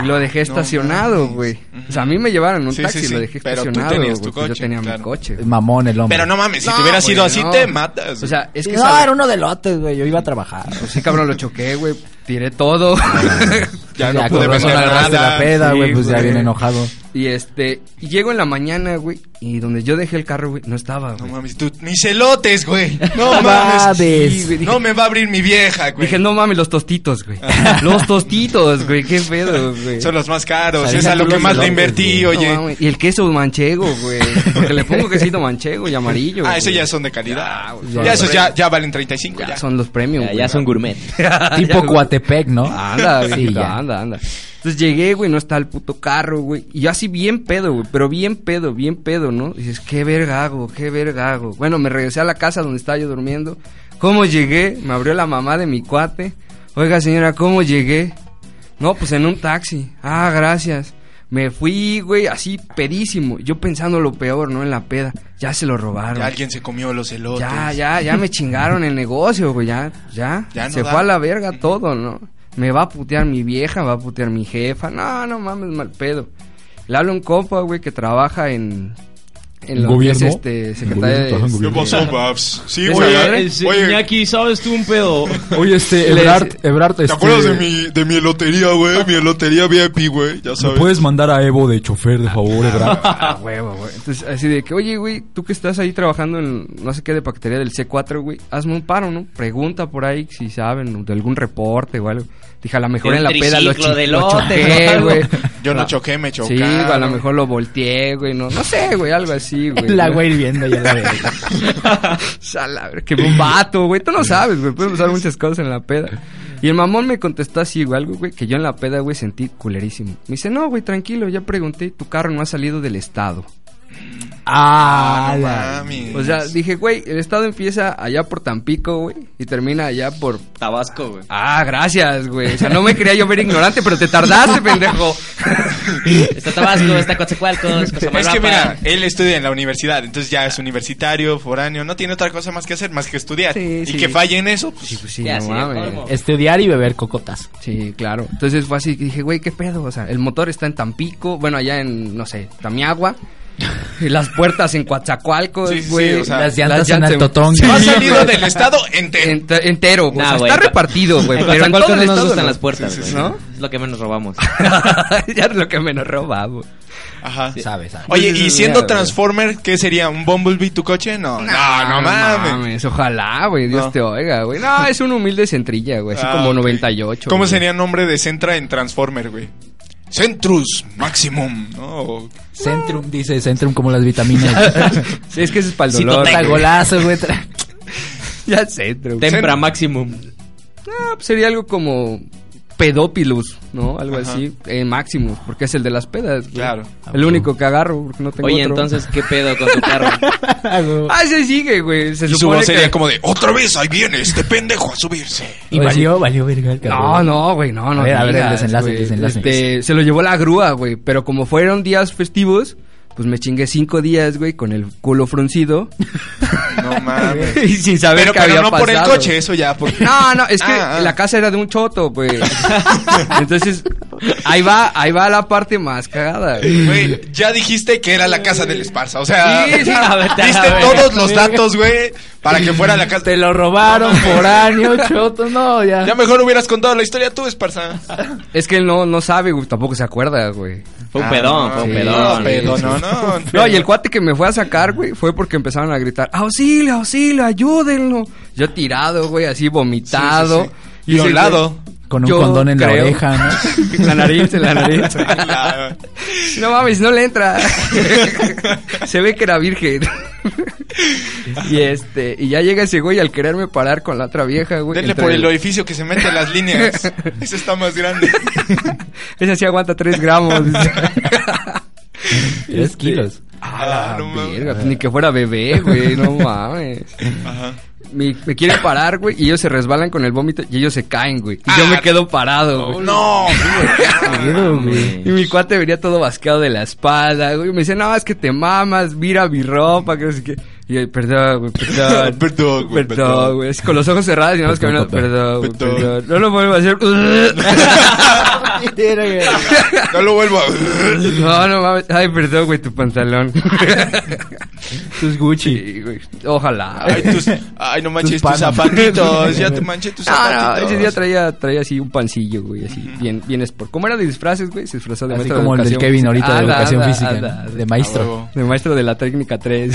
[SPEAKER 6] Y lo dejé
[SPEAKER 3] Ah, no
[SPEAKER 6] estacionado,
[SPEAKER 3] mames.
[SPEAKER 6] güey.
[SPEAKER 3] Ujú.
[SPEAKER 6] o sea, a mí me llevaron en un
[SPEAKER 3] Sí, sí,
[SPEAKER 6] taxi y
[SPEAKER 3] sí,
[SPEAKER 6] lo dejé
[SPEAKER 3] pero tú
[SPEAKER 6] estacionado.
[SPEAKER 3] tenías tu
[SPEAKER 6] güey, pues
[SPEAKER 3] coche,
[SPEAKER 6] yo tenía
[SPEAKER 3] claro.
[SPEAKER 6] mi coche. güey.
[SPEAKER 5] Mamón el hombre.
[SPEAKER 3] Pero no mames, si
[SPEAKER 6] No,
[SPEAKER 3] te hubiera sido
[SPEAKER 6] güey,
[SPEAKER 3] así,
[SPEAKER 6] no.
[SPEAKER 3] te matas.
[SPEAKER 6] O sea, es que
[SPEAKER 5] no,
[SPEAKER 6] ¿sabes?
[SPEAKER 5] era uno de lotes, güey. Yo iba a trabajar.
[SPEAKER 6] Pues sí, cabrón, lo choqué, güey.
[SPEAKER 3] <laughs>
[SPEAKER 6] Tiré todo. <laughs>
[SPEAKER 3] ya
[SPEAKER 5] Ya,
[SPEAKER 3] Ah, no
[SPEAKER 5] con
[SPEAKER 3] pude
[SPEAKER 5] razón
[SPEAKER 3] vender
[SPEAKER 5] agarraste
[SPEAKER 3] nada.
[SPEAKER 5] la peda,
[SPEAKER 6] Sí,
[SPEAKER 5] güey. pues ya
[SPEAKER 6] güey.
[SPEAKER 5] bien enojado.
[SPEAKER 6] y este, y llego en la mañana, güey. Y donde yo dejé el carro, güey, no estaba,
[SPEAKER 3] No
[SPEAKER 6] güey.
[SPEAKER 3] mames, tú, mis elotes, güey. No
[SPEAKER 5] No
[SPEAKER 3] mames.
[SPEAKER 5] mames.
[SPEAKER 3] Sí, güey, dije- no me va a abrir mi vieja, güey.
[SPEAKER 6] Dije, no mames, los tostitos,
[SPEAKER 3] <laughs>
[SPEAKER 6] güey. los tostitos, güey. Qué pedo, güey.
[SPEAKER 3] Son los más caros.
[SPEAKER 5] Salían
[SPEAKER 3] es a lo
[SPEAKER 5] tú
[SPEAKER 3] que
[SPEAKER 5] los
[SPEAKER 3] más le
[SPEAKER 5] elotes,
[SPEAKER 3] invertí,
[SPEAKER 5] güey.
[SPEAKER 3] oye.
[SPEAKER 6] No mames, y el queso manchego, güey. Porque le pongo quesito manchego y amarillo.
[SPEAKER 3] ah, esos
[SPEAKER 6] güey.
[SPEAKER 3] ya son de calidad. Ya,
[SPEAKER 5] ya,
[SPEAKER 3] esos ya, ya valen 35.
[SPEAKER 6] Ya
[SPEAKER 3] Ya,
[SPEAKER 6] son los premium,
[SPEAKER 4] Ya,
[SPEAKER 6] güey.
[SPEAKER 4] ya son gourmet.
[SPEAKER 6] <laughs>
[SPEAKER 5] Tipo Coatepec, ¿no? <laughs>
[SPEAKER 6] Anda,
[SPEAKER 5] Sí,
[SPEAKER 6] viejito,
[SPEAKER 5] ya.
[SPEAKER 6] anda, anda. Entonces llegué, güey, no está el puto carro, güey. Y yo así bien pedo, güey. Pero bien pedo, bien pedo, ¿no? Y dices, qué verga hago, qué verga hago. Bueno, me regresé a la casa donde estaba yo durmiendo. ¿Cómo llegué? Me abrió la mamá de mi cuate. Oiga, señora, ¿cómo llegué? No, pues en un taxi. Ah, gracias. Me fui, güey, así pedísimo. Yo pensando lo peor, ¿no? En la peda. Ya se lo robaron.
[SPEAKER 3] Ya alguien se comió los elotes.
[SPEAKER 6] Ya, ya, ya me chingaron el negocio, güey, ya, ya.
[SPEAKER 3] Ya no
[SPEAKER 6] se
[SPEAKER 3] da.
[SPEAKER 6] fue a la verga todo, ¿no? Me va a putear mi vieja, va a putear mi jefa. No, no mames, mal pedo. Le hablo a un compa, güey, que trabaja en... En lo que es,
[SPEAKER 5] ¿Gobierno?
[SPEAKER 6] este,
[SPEAKER 5] ¿En
[SPEAKER 6] secretaria
[SPEAKER 5] gobierno? Ajá, en
[SPEAKER 6] de...
[SPEAKER 3] ¿Qué pasó, Babs? Sí,
[SPEAKER 6] ¿Esa madre?
[SPEAKER 3] güey.
[SPEAKER 4] Ese,
[SPEAKER 3] Oye,
[SPEAKER 4] Iñaki, ¿sabes tú un pedo?
[SPEAKER 5] Oye, este,
[SPEAKER 6] Le-
[SPEAKER 5] Ebrard, Ebrard, este,
[SPEAKER 3] ¿te acuerdas
[SPEAKER 6] Este-
[SPEAKER 3] de mi, de mi elotería, güey? Mi elotería VIP, güey. Ya
[SPEAKER 5] ¿Me
[SPEAKER 3] sabes.
[SPEAKER 5] puedes mandar a Evo de chofer, de <laughs> favor, Ebrard?
[SPEAKER 6] Ah, huevo, güey. Entonces, así de que, oye, güey, tú que estás ahí trabajando en no sé qué de paquetería del C4, güey, hazme un paro, ¿no? Pregunta por ahí si saben de algún reporte o algo. Dije, a lo mejor
[SPEAKER 4] De un
[SPEAKER 6] en la peda lo,
[SPEAKER 4] triciclo,
[SPEAKER 6] chi-
[SPEAKER 4] de
[SPEAKER 6] lo
[SPEAKER 4] lote,
[SPEAKER 6] choqué,
[SPEAKER 4] ¿no?
[SPEAKER 6] güey.
[SPEAKER 3] Yo no
[SPEAKER 6] Ah.
[SPEAKER 3] choqué, me chocaron.
[SPEAKER 6] Sí, güey, a lo mejor lo volteé, güey, no, no sé, güey, algo así, güey.
[SPEAKER 7] La güey hirviendo ya la verga.
[SPEAKER 6] Sala, que un vato, güey. Tú no sabes, güey. Pueden pasar muchas cosas en la peda. Y el mamón me contestó así, güey, algo, güey, que yo en la peda, güey, sentí culerísimo. Me dice, no, güey, tranquilo, ya pregunté, tu carro no ha salido del estado.
[SPEAKER 7] Ah,
[SPEAKER 3] No
[SPEAKER 7] la-
[SPEAKER 3] mames.
[SPEAKER 6] O sea, dije, güey, el estado empieza allá por Tampico, güey, y termina allá por...
[SPEAKER 4] <laughs> Tabasco, güey.
[SPEAKER 6] Ah, gracias, güey. O sea, no me quería yo ver ignorante, pero te tardaste, <laughs> pendejo.
[SPEAKER 4] Está Tabasco, está
[SPEAKER 3] es
[SPEAKER 4] Coatzacoalcos,
[SPEAKER 3] que mira, él estudia en la universidad, entonces ya es universitario, foráneo, no tiene otra cosa más que hacer, más que estudiar.
[SPEAKER 6] Sí,
[SPEAKER 3] y
[SPEAKER 6] sí.
[SPEAKER 3] que falle en eso, pues,
[SPEAKER 6] Sí, pues sí,
[SPEAKER 4] Ya,
[SPEAKER 6] no
[SPEAKER 4] sí,
[SPEAKER 6] mames.
[SPEAKER 4] colmo.
[SPEAKER 7] Estudiar y beber cocotas.
[SPEAKER 6] Sí, claro. Entonces fue así que dije, güey, ¿qué pedo? O sea, el motor está en Tampico, bueno, allá en, no sé,
[SPEAKER 4] <laughs>
[SPEAKER 6] Tamiagua. Y las puertas en Coatzacoalcos,
[SPEAKER 3] Sí, sí, sí,
[SPEAKER 6] güey.
[SPEAKER 3] o sea,
[SPEAKER 7] Las llantas en
[SPEAKER 6] llantas en-
[SPEAKER 7] Altotongue.
[SPEAKER 3] no ha salido
[SPEAKER 6] güey.
[SPEAKER 3] del estado entero.
[SPEAKER 6] Ent- entero, güey.
[SPEAKER 4] Nah,
[SPEAKER 6] O sea,
[SPEAKER 4] güey,
[SPEAKER 6] está
[SPEAKER 4] pa-
[SPEAKER 6] repartido, güey. Pero en todo
[SPEAKER 4] Coatzacoalcos no
[SPEAKER 6] el
[SPEAKER 4] nos
[SPEAKER 6] estado,
[SPEAKER 4] gustan
[SPEAKER 6] ¿no?
[SPEAKER 4] las puertas,
[SPEAKER 3] Sí, sí,
[SPEAKER 4] güey.
[SPEAKER 3] sí.
[SPEAKER 6] ¿No?
[SPEAKER 4] Es lo que menos robamos.
[SPEAKER 6] Ah, <laughs> ya es lo que menos robamos.
[SPEAKER 3] Ajá.
[SPEAKER 7] Sabe, sabe.
[SPEAKER 3] Oye, y siendo
[SPEAKER 6] Mierda.
[SPEAKER 3] Transformer, ¿qué sería? ¿Un Bumblebee tu coche? No, no, no, mames.
[SPEAKER 6] Ah, Ojalá, güey, Dios
[SPEAKER 3] No.
[SPEAKER 6] te oiga, güey. No, es un humilde centrilla, güey. Así
[SPEAKER 3] Ah,
[SPEAKER 6] como
[SPEAKER 3] ok.
[SPEAKER 6] 98.
[SPEAKER 3] ¿Cómo
[SPEAKER 6] güey.
[SPEAKER 3] sería nombre de Centra en Transformer, güey? Centrus Maximum, ¿no? O-
[SPEAKER 5] Centrum, dice Centrum como las vitaminas.
[SPEAKER 6] <laughs> Sí, es que eso es para <laughs> el dolor.
[SPEAKER 7] Otra
[SPEAKER 6] güey.
[SPEAKER 7] golazo, güey. tra-
[SPEAKER 5] <laughs>
[SPEAKER 6] Ya centro, güey.
[SPEAKER 4] Tempra Maximum.
[SPEAKER 6] Ah, pues sería algo como Pedópilus, ¿no? Algo
[SPEAKER 3] Ajá.
[SPEAKER 6] así. Eh, Maximus, porque es el de las pedas. güey.
[SPEAKER 3] Claro.
[SPEAKER 6] El único que agarro, porque no tengo
[SPEAKER 4] Oye,
[SPEAKER 6] otro.
[SPEAKER 4] entonces, ¿qué pedo con tu carro?
[SPEAKER 6] Ah, se sigue, güey. Se
[SPEAKER 3] Y su
[SPEAKER 6] supone
[SPEAKER 3] voz
[SPEAKER 6] que-
[SPEAKER 3] sería como de, otra vez, ahí viene este pendejo a subirse.
[SPEAKER 7] Y valió, valió verga el cabrón.
[SPEAKER 6] No, no, güey, no, no.
[SPEAKER 5] A ver, a ver, el
[SPEAKER 6] digas,
[SPEAKER 5] desenlace, el
[SPEAKER 6] güey.
[SPEAKER 5] desenlace.
[SPEAKER 6] Este, se lo llevó la grúa, güey. Pero como fueron días festivos, pues me chingué cinco días, güey, con el culo fruncido.
[SPEAKER 3] No
[SPEAKER 6] <laughs>
[SPEAKER 3] mames.
[SPEAKER 6] y sin saber
[SPEAKER 3] Ah, Pero,
[SPEAKER 6] qué
[SPEAKER 3] pero
[SPEAKER 6] había
[SPEAKER 3] no por el
[SPEAKER 6] pasado.
[SPEAKER 3] coche, eso ya. Porque...
[SPEAKER 6] No, no, es que
[SPEAKER 3] Ah, ah.
[SPEAKER 6] la casa era de un choto,
[SPEAKER 3] <laughs>
[SPEAKER 6] güey. Entonces, ahí va, ahí va la parte más cagada, güey.
[SPEAKER 3] Güey, ya dijiste que era la casa del Esparza. O sea, <laughs>
[SPEAKER 6] Sí, sí,
[SPEAKER 4] a ver, a
[SPEAKER 3] diste
[SPEAKER 4] ver.
[SPEAKER 3] todos los datos, güey, para que fuera la casa.
[SPEAKER 7] Te lo robaron por año, choto. No, ya.
[SPEAKER 3] Ya mejor hubieras contado la historia tú, Esparza.
[SPEAKER 6] Es que él no, no sabe, güey, tampoco se acuerda, güey.
[SPEAKER 4] Fue un pedón, fue un pedón.
[SPEAKER 3] No, pedón,
[SPEAKER 4] Sí,
[SPEAKER 3] no, no.
[SPEAKER 6] No, y el cuate que me fue a sacar, güey, fue porque empezaron a gritar, auxilio, auxilio, ayúdenlo. Yo tirado, güey, así vomitado.
[SPEAKER 3] Sí, sí, sí. Violado.
[SPEAKER 5] Con un
[SPEAKER 6] Yo
[SPEAKER 5] condón en la
[SPEAKER 6] creo.
[SPEAKER 5] oreja, ¿no?
[SPEAKER 6] En la nariz, en
[SPEAKER 3] <laughs>
[SPEAKER 6] la nariz.
[SPEAKER 3] La-
[SPEAKER 6] No mames, no le entra. Se ve que era virgen. y este, y ya llega ese güey al quererme parar con la otra vieja, güey.
[SPEAKER 3] Denle
[SPEAKER 6] entre
[SPEAKER 3] por el
[SPEAKER 6] el-
[SPEAKER 3] orificio que se mete las <laughs> líneas. Ese está más grande.
[SPEAKER 6] <laughs> Ese sí aguanta 3
[SPEAKER 3] <laughs>
[SPEAKER 6] gramos.
[SPEAKER 5] Tres <laughs> kilos.
[SPEAKER 3] Ah, no mames.
[SPEAKER 6] Verga, pues, ni que fuera bebé,
[SPEAKER 3] <laughs>
[SPEAKER 6] güey, no mames.
[SPEAKER 3] Ajá.
[SPEAKER 6] Me, me quieren parar, güey, y ellos se resbalan con el vómito y ellos se caen, güey. Y yo
[SPEAKER 3] Ah.
[SPEAKER 6] me quedo parado, güey.
[SPEAKER 3] No,
[SPEAKER 5] Ah,
[SPEAKER 4] no, güey.
[SPEAKER 6] Y mi cuate venía todo vascado de la espalda, güey. Me dice, no, es que te mamas, mira mi ropa, que no sé qué. Y yo, perdón, güey, perdón.
[SPEAKER 3] <laughs> Perdón, güey, perdón.
[SPEAKER 6] Perdón, güey. Así con los ojos cerrados y nada más caminando. Perdón, güey,
[SPEAKER 3] Perdón.
[SPEAKER 6] perdón. No lo vuelvo a hacer.
[SPEAKER 3] <laughs> no lo vuelvo a. <laughs>
[SPEAKER 6] No, no mames. Ay, perdón, güey, tu pantalón. <laughs>
[SPEAKER 7] Tus Gucci.
[SPEAKER 6] Sí, güey. Ojalá.
[SPEAKER 3] Ay, tus- ay, no manches tus zapatitos. Ya te manché tus
[SPEAKER 6] Ah,
[SPEAKER 3] zapatitos.
[SPEAKER 6] ese día traía, traía así un pancillo, güey, así, bien, bien sport. Como era de disfraces, güey, se disfrazó de
[SPEAKER 5] Así
[SPEAKER 6] maestro
[SPEAKER 5] como
[SPEAKER 6] de
[SPEAKER 5] el del
[SPEAKER 6] educación
[SPEAKER 5] Kevin
[SPEAKER 6] física.
[SPEAKER 5] ahorita de
[SPEAKER 6] Anda,
[SPEAKER 4] Ah,
[SPEAKER 5] educación
[SPEAKER 6] anda,
[SPEAKER 5] física,
[SPEAKER 6] anda,
[SPEAKER 5] ¿no?
[SPEAKER 6] anda.
[SPEAKER 5] de maestro.
[SPEAKER 6] De maestro de la
[SPEAKER 5] <laughs>
[SPEAKER 6] técnica 3.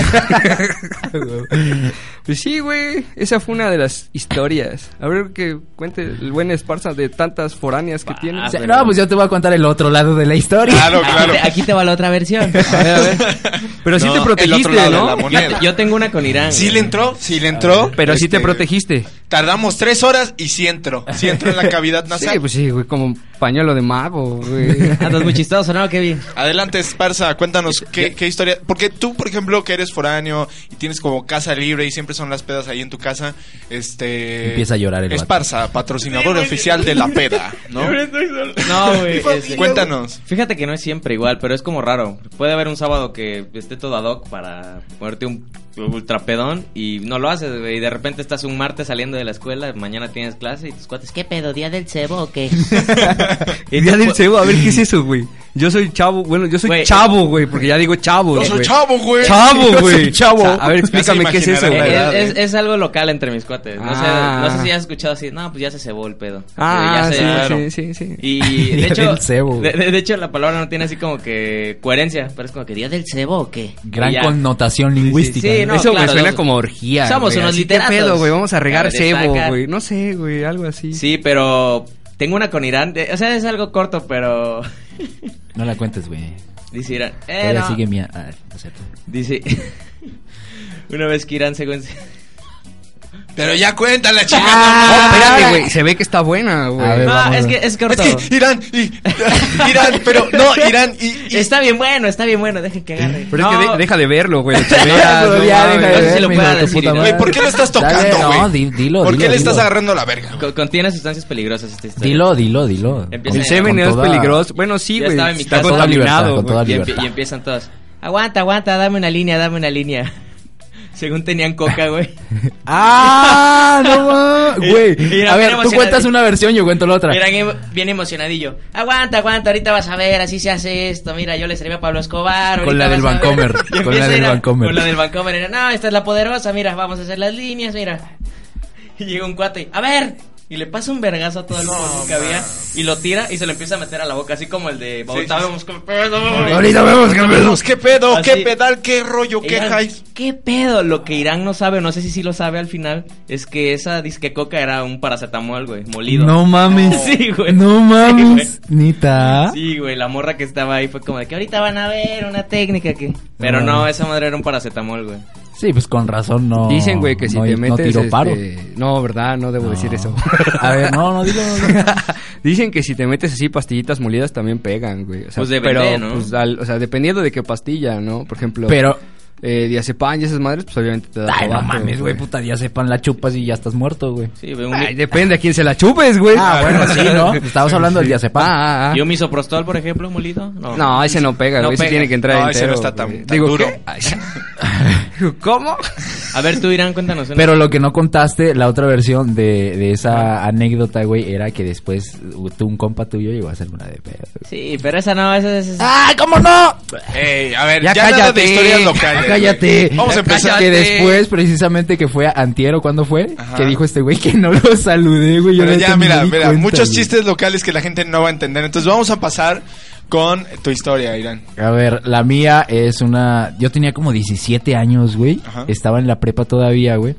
[SPEAKER 6] pues sí, güey. Esa fue una de las historias. A ver que cuente el buen Esparza de tantas foráneas que tiene.
[SPEAKER 4] Ah,
[SPEAKER 5] O sea,
[SPEAKER 4] pero-
[SPEAKER 5] no, pues yo te voy a contar el otro lado de la historia. Ah,
[SPEAKER 3] Claro,
[SPEAKER 4] Aquí
[SPEAKER 3] claro.
[SPEAKER 4] te, aquí te va la otra versión.
[SPEAKER 6] A ver, a ver. Pero sí
[SPEAKER 3] No,
[SPEAKER 6] te
[SPEAKER 3] el otro
[SPEAKER 6] protegiste,
[SPEAKER 3] lado
[SPEAKER 6] ¿no?
[SPEAKER 3] de la moneda.
[SPEAKER 4] Yo, yo tengo una con Irán.
[SPEAKER 3] Sí le
[SPEAKER 4] güey.
[SPEAKER 3] entró, sí le entró.
[SPEAKER 6] Pero sí te
[SPEAKER 3] Este,
[SPEAKER 6] protegiste.
[SPEAKER 3] Tardamos tres horas y sí entró. Sí entró en la cavidad
[SPEAKER 6] Sí,
[SPEAKER 3] nasal.
[SPEAKER 6] pues sí, güey, como un pañuelo de mago, güey.
[SPEAKER 4] <laughs> Andas muy chistoso, ¿no? Qué bien.
[SPEAKER 3] Adelante, Esparza, cuéntanos qué, qué historia. Porque tú, por ejemplo, que eres foráneo y tienes como casa libre y siempre son las pedas ahí en tu casa, este.
[SPEAKER 5] Empieza a llorar el vato.
[SPEAKER 3] Esparza, patrocinador oficial de la peda, ¿no?
[SPEAKER 4] <laughs>
[SPEAKER 3] Eh,
[SPEAKER 4] No, güey. este,
[SPEAKER 3] Cuéntanos.
[SPEAKER 4] Fíjate que no es siempre igual, pero es como raro. Puede haber un sábado que esté todo ad hoc para ponerte un ultrapedón y no lo haces, güey. Y de repente estás un martes saliendo de la escuela, mañana tienes clase y tus cuates, ¿qué pedo? ¿Día del cebo o qué?
[SPEAKER 6] El día del cebo, a ver qué es eso, güey. Yo soy chavo, bueno, yo soy
[SPEAKER 4] Güey.
[SPEAKER 6] chavo, güey, porque ya digo chavo,
[SPEAKER 3] Yo
[SPEAKER 6] güey.
[SPEAKER 3] soy chavo,
[SPEAKER 1] <laughs>
[SPEAKER 3] güey.
[SPEAKER 6] Chavo,
[SPEAKER 3] Yo soy
[SPEAKER 6] güey. <laughs>
[SPEAKER 3] chavo.
[SPEAKER 6] O sea, a ver,
[SPEAKER 3] Ya se
[SPEAKER 6] explícame qué es eso,
[SPEAKER 3] imaginarán
[SPEAKER 6] güey.
[SPEAKER 3] la edad,
[SPEAKER 4] es, es-
[SPEAKER 3] ¿eh?
[SPEAKER 4] es algo local entre mis cuates. No, sé,
[SPEAKER 6] Ah.
[SPEAKER 4] no sé si has escuchado así, no, pues ya se cebó el pedo.
[SPEAKER 6] Ah,
[SPEAKER 4] Ya se-
[SPEAKER 6] sí,
[SPEAKER 3] claro.
[SPEAKER 6] sí, sí, sí.
[SPEAKER 4] Y de
[SPEAKER 5] Día
[SPEAKER 4] hecho,
[SPEAKER 5] del cebo.
[SPEAKER 4] de, de- de hecho la palabra no tiene así como que coherencia, pero es como que día del cebo o qué.
[SPEAKER 5] Gran
[SPEAKER 4] Y ya.
[SPEAKER 5] connotación lingüística. ¿eh?
[SPEAKER 4] sí,
[SPEAKER 5] ¿no?
[SPEAKER 4] no,
[SPEAKER 6] eso me
[SPEAKER 4] claro,
[SPEAKER 6] suena
[SPEAKER 4] no-
[SPEAKER 6] como orgía.
[SPEAKER 4] somos
[SPEAKER 6] güey,
[SPEAKER 4] unos
[SPEAKER 6] así, ¿qué
[SPEAKER 4] literatos.
[SPEAKER 6] pedo, güey? Vamos a regar
[SPEAKER 4] A ver,
[SPEAKER 6] cebo,
[SPEAKER 4] destaca.
[SPEAKER 6] güey. No sé, güey, algo así.
[SPEAKER 4] Sí, pero tengo una con Irán. de- O sea, es algo corto, pero <laughs>
[SPEAKER 5] No la cuentes, güey.
[SPEAKER 4] dice Irán. Eh,
[SPEAKER 5] Todavía
[SPEAKER 4] no.
[SPEAKER 5] sigue mía. Ah, no es cierto.
[SPEAKER 4] Dice. <laughs> una vez que Irán según.
[SPEAKER 3] Pero ya cuéntala, chica.
[SPEAKER 6] Ah, espérate, güey. Se ve que está buena,
[SPEAKER 5] A
[SPEAKER 6] güey.
[SPEAKER 5] ver.
[SPEAKER 4] No,
[SPEAKER 5] vamos,
[SPEAKER 4] es
[SPEAKER 5] güey.
[SPEAKER 4] que es
[SPEAKER 3] Es
[SPEAKER 4] corto.
[SPEAKER 3] que Irán, y, Irán, pero no, Irán, y, y-
[SPEAKER 4] Está bien bueno, está bien bueno, dejen que agarre.
[SPEAKER 6] Pero es que
[SPEAKER 4] No,
[SPEAKER 6] de- deja de verlo, güey. te veas, no
[SPEAKER 7] Ya, deja de
[SPEAKER 6] mames.
[SPEAKER 4] no sé si
[SPEAKER 7] ver,
[SPEAKER 4] lo
[SPEAKER 7] mi
[SPEAKER 4] pueda
[SPEAKER 7] hijo de tu
[SPEAKER 4] decir,
[SPEAKER 7] puta
[SPEAKER 4] ¿no?
[SPEAKER 3] Güey,
[SPEAKER 7] madre.
[SPEAKER 3] ¿por qué lo estás tocando,
[SPEAKER 5] Dale,
[SPEAKER 3] güey?
[SPEAKER 5] no, di- dilo,
[SPEAKER 3] ¿Por
[SPEAKER 5] dilo,
[SPEAKER 3] qué le estás
[SPEAKER 5] dilo.
[SPEAKER 3] agarrando la verga? güey?
[SPEAKER 4] co- Contiene sustancias peligrosas esta historia.
[SPEAKER 5] Dilo, dilo, dilo.
[SPEAKER 4] Empieza
[SPEAKER 5] Con-
[SPEAKER 6] El
[SPEAKER 4] Sí,
[SPEAKER 6] semen
[SPEAKER 5] con
[SPEAKER 6] es
[SPEAKER 5] toda-
[SPEAKER 4] <laughs>
[SPEAKER 6] peligroso. Bueno, sí,
[SPEAKER 4] Ya
[SPEAKER 6] güey.
[SPEAKER 4] estaba en mi
[SPEAKER 6] Está
[SPEAKER 4] casa. Con
[SPEAKER 5] toda libertad,
[SPEAKER 6] contaminado,
[SPEAKER 5] con
[SPEAKER 6] güey.
[SPEAKER 5] toda
[SPEAKER 4] Y, empie-
[SPEAKER 5] libertad.
[SPEAKER 4] y empiezan todos. Aguanta, aguanta, dame una línea, dame una línea. <laughs> Según tenían coca, güey.
[SPEAKER 5] Ah, no mames,
[SPEAKER 4] Y- y
[SPEAKER 5] güey.
[SPEAKER 4] la
[SPEAKER 5] A ver,
[SPEAKER 4] mera
[SPEAKER 5] tú
[SPEAKER 4] emocionada.
[SPEAKER 5] cuentas una versión, yo cuento la otra.
[SPEAKER 4] Eran em- bien emocionadillo. Aguanta, aguanta, ahorita vas a ver, así se hace esto. Mira, yo le serví a Pablo Escobar.
[SPEAKER 5] Con la
[SPEAKER 4] ahorita
[SPEAKER 5] del
[SPEAKER 4] vas a ver. <laughs>
[SPEAKER 5] Vancomer,
[SPEAKER 4] Y
[SPEAKER 5] con la
[SPEAKER 4] empieza,
[SPEAKER 5] del
[SPEAKER 4] mira,
[SPEAKER 5] Vancomer.
[SPEAKER 4] Con la del Vancomer. Era, no, esta es la poderosa, mira, vamos a hacer las líneas, mira. <laughs> Y llega un cuate, a ver. Y le pasa un vergazo a todo el mundo que había. Y lo tira y se lo empieza a meter a la boca, así como el de Bautábamos con pedo.
[SPEAKER 5] Ahorita vemos que
[SPEAKER 3] Pues, ¿Qué
[SPEAKER 5] Ah,
[SPEAKER 3] pedo? ¿Qué
[SPEAKER 4] Así.
[SPEAKER 3] pedal? ¿Qué rollo? ¿Qué
[SPEAKER 4] Irán,
[SPEAKER 3] hype?
[SPEAKER 4] ¿Qué pedo? Lo que Irán no sabe, no sé si sí lo sabe al final, es que esa disque coca era un paracetamol, güey, molido.
[SPEAKER 5] No mames.
[SPEAKER 4] Sí, güey.
[SPEAKER 5] No
[SPEAKER 4] Sí,
[SPEAKER 5] mames.
[SPEAKER 6] ¿Ah?
[SPEAKER 5] Nita.
[SPEAKER 4] Sí, güey, la morra que estaba ahí fue como de que ahorita van a ver una técnica que... Pero
[SPEAKER 5] Ah.
[SPEAKER 4] no, esa madre era un paracetamol, güey.
[SPEAKER 5] Sí, pues con razón no.
[SPEAKER 6] Dicen, güey, que si
[SPEAKER 5] no-
[SPEAKER 6] te
[SPEAKER 5] No
[SPEAKER 6] metes.
[SPEAKER 5] tiro
[SPEAKER 6] este,
[SPEAKER 5] paro.
[SPEAKER 6] No, verdad, no debo
[SPEAKER 5] No.
[SPEAKER 6] decir eso.
[SPEAKER 5] A ver, no, no dilo. no, dilo.
[SPEAKER 6] <laughs> Dicen que si te metes así pastillitas molidas también pegan, güey. O sea,
[SPEAKER 4] Pues depende,
[SPEAKER 6] pero,
[SPEAKER 4] ¿no?
[SPEAKER 6] pues, al- o sea, dependiendo de qué pastilla, ¿no? Por ejemplo,
[SPEAKER 5] Pero.
[SPEAKER 6] eh, diazepam y esas madres, pues obviamente te da
[SPEAKER 5] Ay, no
[SPEAKER 6] cobazo,
[SPEAKER 5] mames, güey, puta, ya sepan, la chupas y ya estás muerto, güey.
[SPEAKER 4] Sí, güey, un,
[SPEAKER 6] Ay, depende a quién se la chupes, güey. <laughs> Pues,
[SPEAKER 5] Ah, bueno, sí, ¿no? Estábamos hablando del diazepam.
[SPEAKER 6] Ah, ah, ah.
[SPEAKER 4] ¿Y un misoprostol, por ejemplo, molido? No,
[SPEAKER 6] No, ese no pega,
[SPEAKER 4] No
[SPEAKER 6] güey. Ese
[SPEAKER 4] pega.
[SPEAKER 6] tiene que entrar
[SPEAKER 3] No,
[SPEAKER 6] entero.
[SPEAKER 3] ese no está tan-
[SPEAKER 6] güey.
[SPEAKER 3] tan
[SPEAKER 6] Digo,
[SPEAKER 3] duro.
[SPEAKER 4] <laughs>
[SPEAKER 6] ¿qué? Ay, <laughs> Digo, ¿Cómo?
[SPEAKER 4] A ver, tú, Irán, cuéntanos. una.
[SPEAKER 5] Pero lo que no contaste, la otra versión de, de esa anécdota, güey, era que después uh, tú, un compa tuyo llegó a hacer una de pedo.
[SPEAKER 4] Sí, pero esa no, esa es...
[SPEAKER 5] ¡Ah, cómo no!
[SPEAKER 3] Ey, a ver, ya, nada
[SPEAKER 5] Ya
[SPEAKER 3] de
[SPEAKER 5] cállate,
[SPEAKER 3] historias locales.
[SPEAKER 5] ya
[SPEAKER 3] güey.
[SPEAKER 5] cállate.
[SPEAKER 3] Vamos a
[SPEAKER 5] Ya
[SPEAKER 3] empezar.
[SPEAKER 5] Que después, precisamente, que fue a Antiero, ¿cuándo fue?
[SPEAKER 3] Ajá.
[SPEAKER 5] Que dijo este güey que no lo saludé, güey. yo
[SPEAKER 3] Pero
[SPEAKER 5] neta
[SPEAKER 3] ya,
[SPEAKER 5] ni me
[SPEAKER 3] mira,
[SPEAKER 5] di
[SPEAKER 3] mira,
[SPEAKER 5] cuenta,
[SPEAKER 3] muchos
[SPEAKER 5] güey.
[SPEAKER 3] chistes locales que la gente no va a entender. Entonces vamos a pasar con tu historia, Irán.
[SPEAKER 5] A ver, la mía es una... Yo tenía como 17 años, güey.
[SPEAKER 3] Ajá.
[SPEAKER 5] Estaba en la prepa todavía, güey.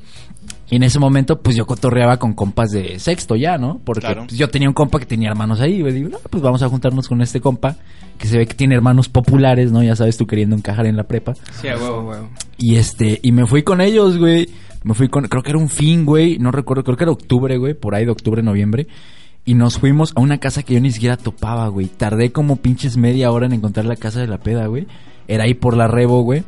[SPEAKER 5] Y en ese momento, pues yo cotorreaba con compas de sexto ya, ¿no? Porque
[SPEAKER 3] Claro.
[SPEAKER 5] pues, yo tenía un compa que tenía hermanos ahí, güey. Digo, no, pues vamos a juntarnos con este compa que se ve que tiene hermanos populares, ¿no? Ya sabes, tú queriendo encajar en la prepa.
[SPEAKER 4] Sí, a huevo.
[SPEAKER 5] Y este, y me fui con ellos, güey. Me fui con, creo que era un fin, güey. No recuerdo, creo que era octubre, güey. Por ahí de octubre, noviembre. Y nos fuimos a una casa que yo ni siquiera topaba, güey. Tardé como pinches media hora en encontrar la casa de la peda, güey. Era ahí por la Rebo, güey.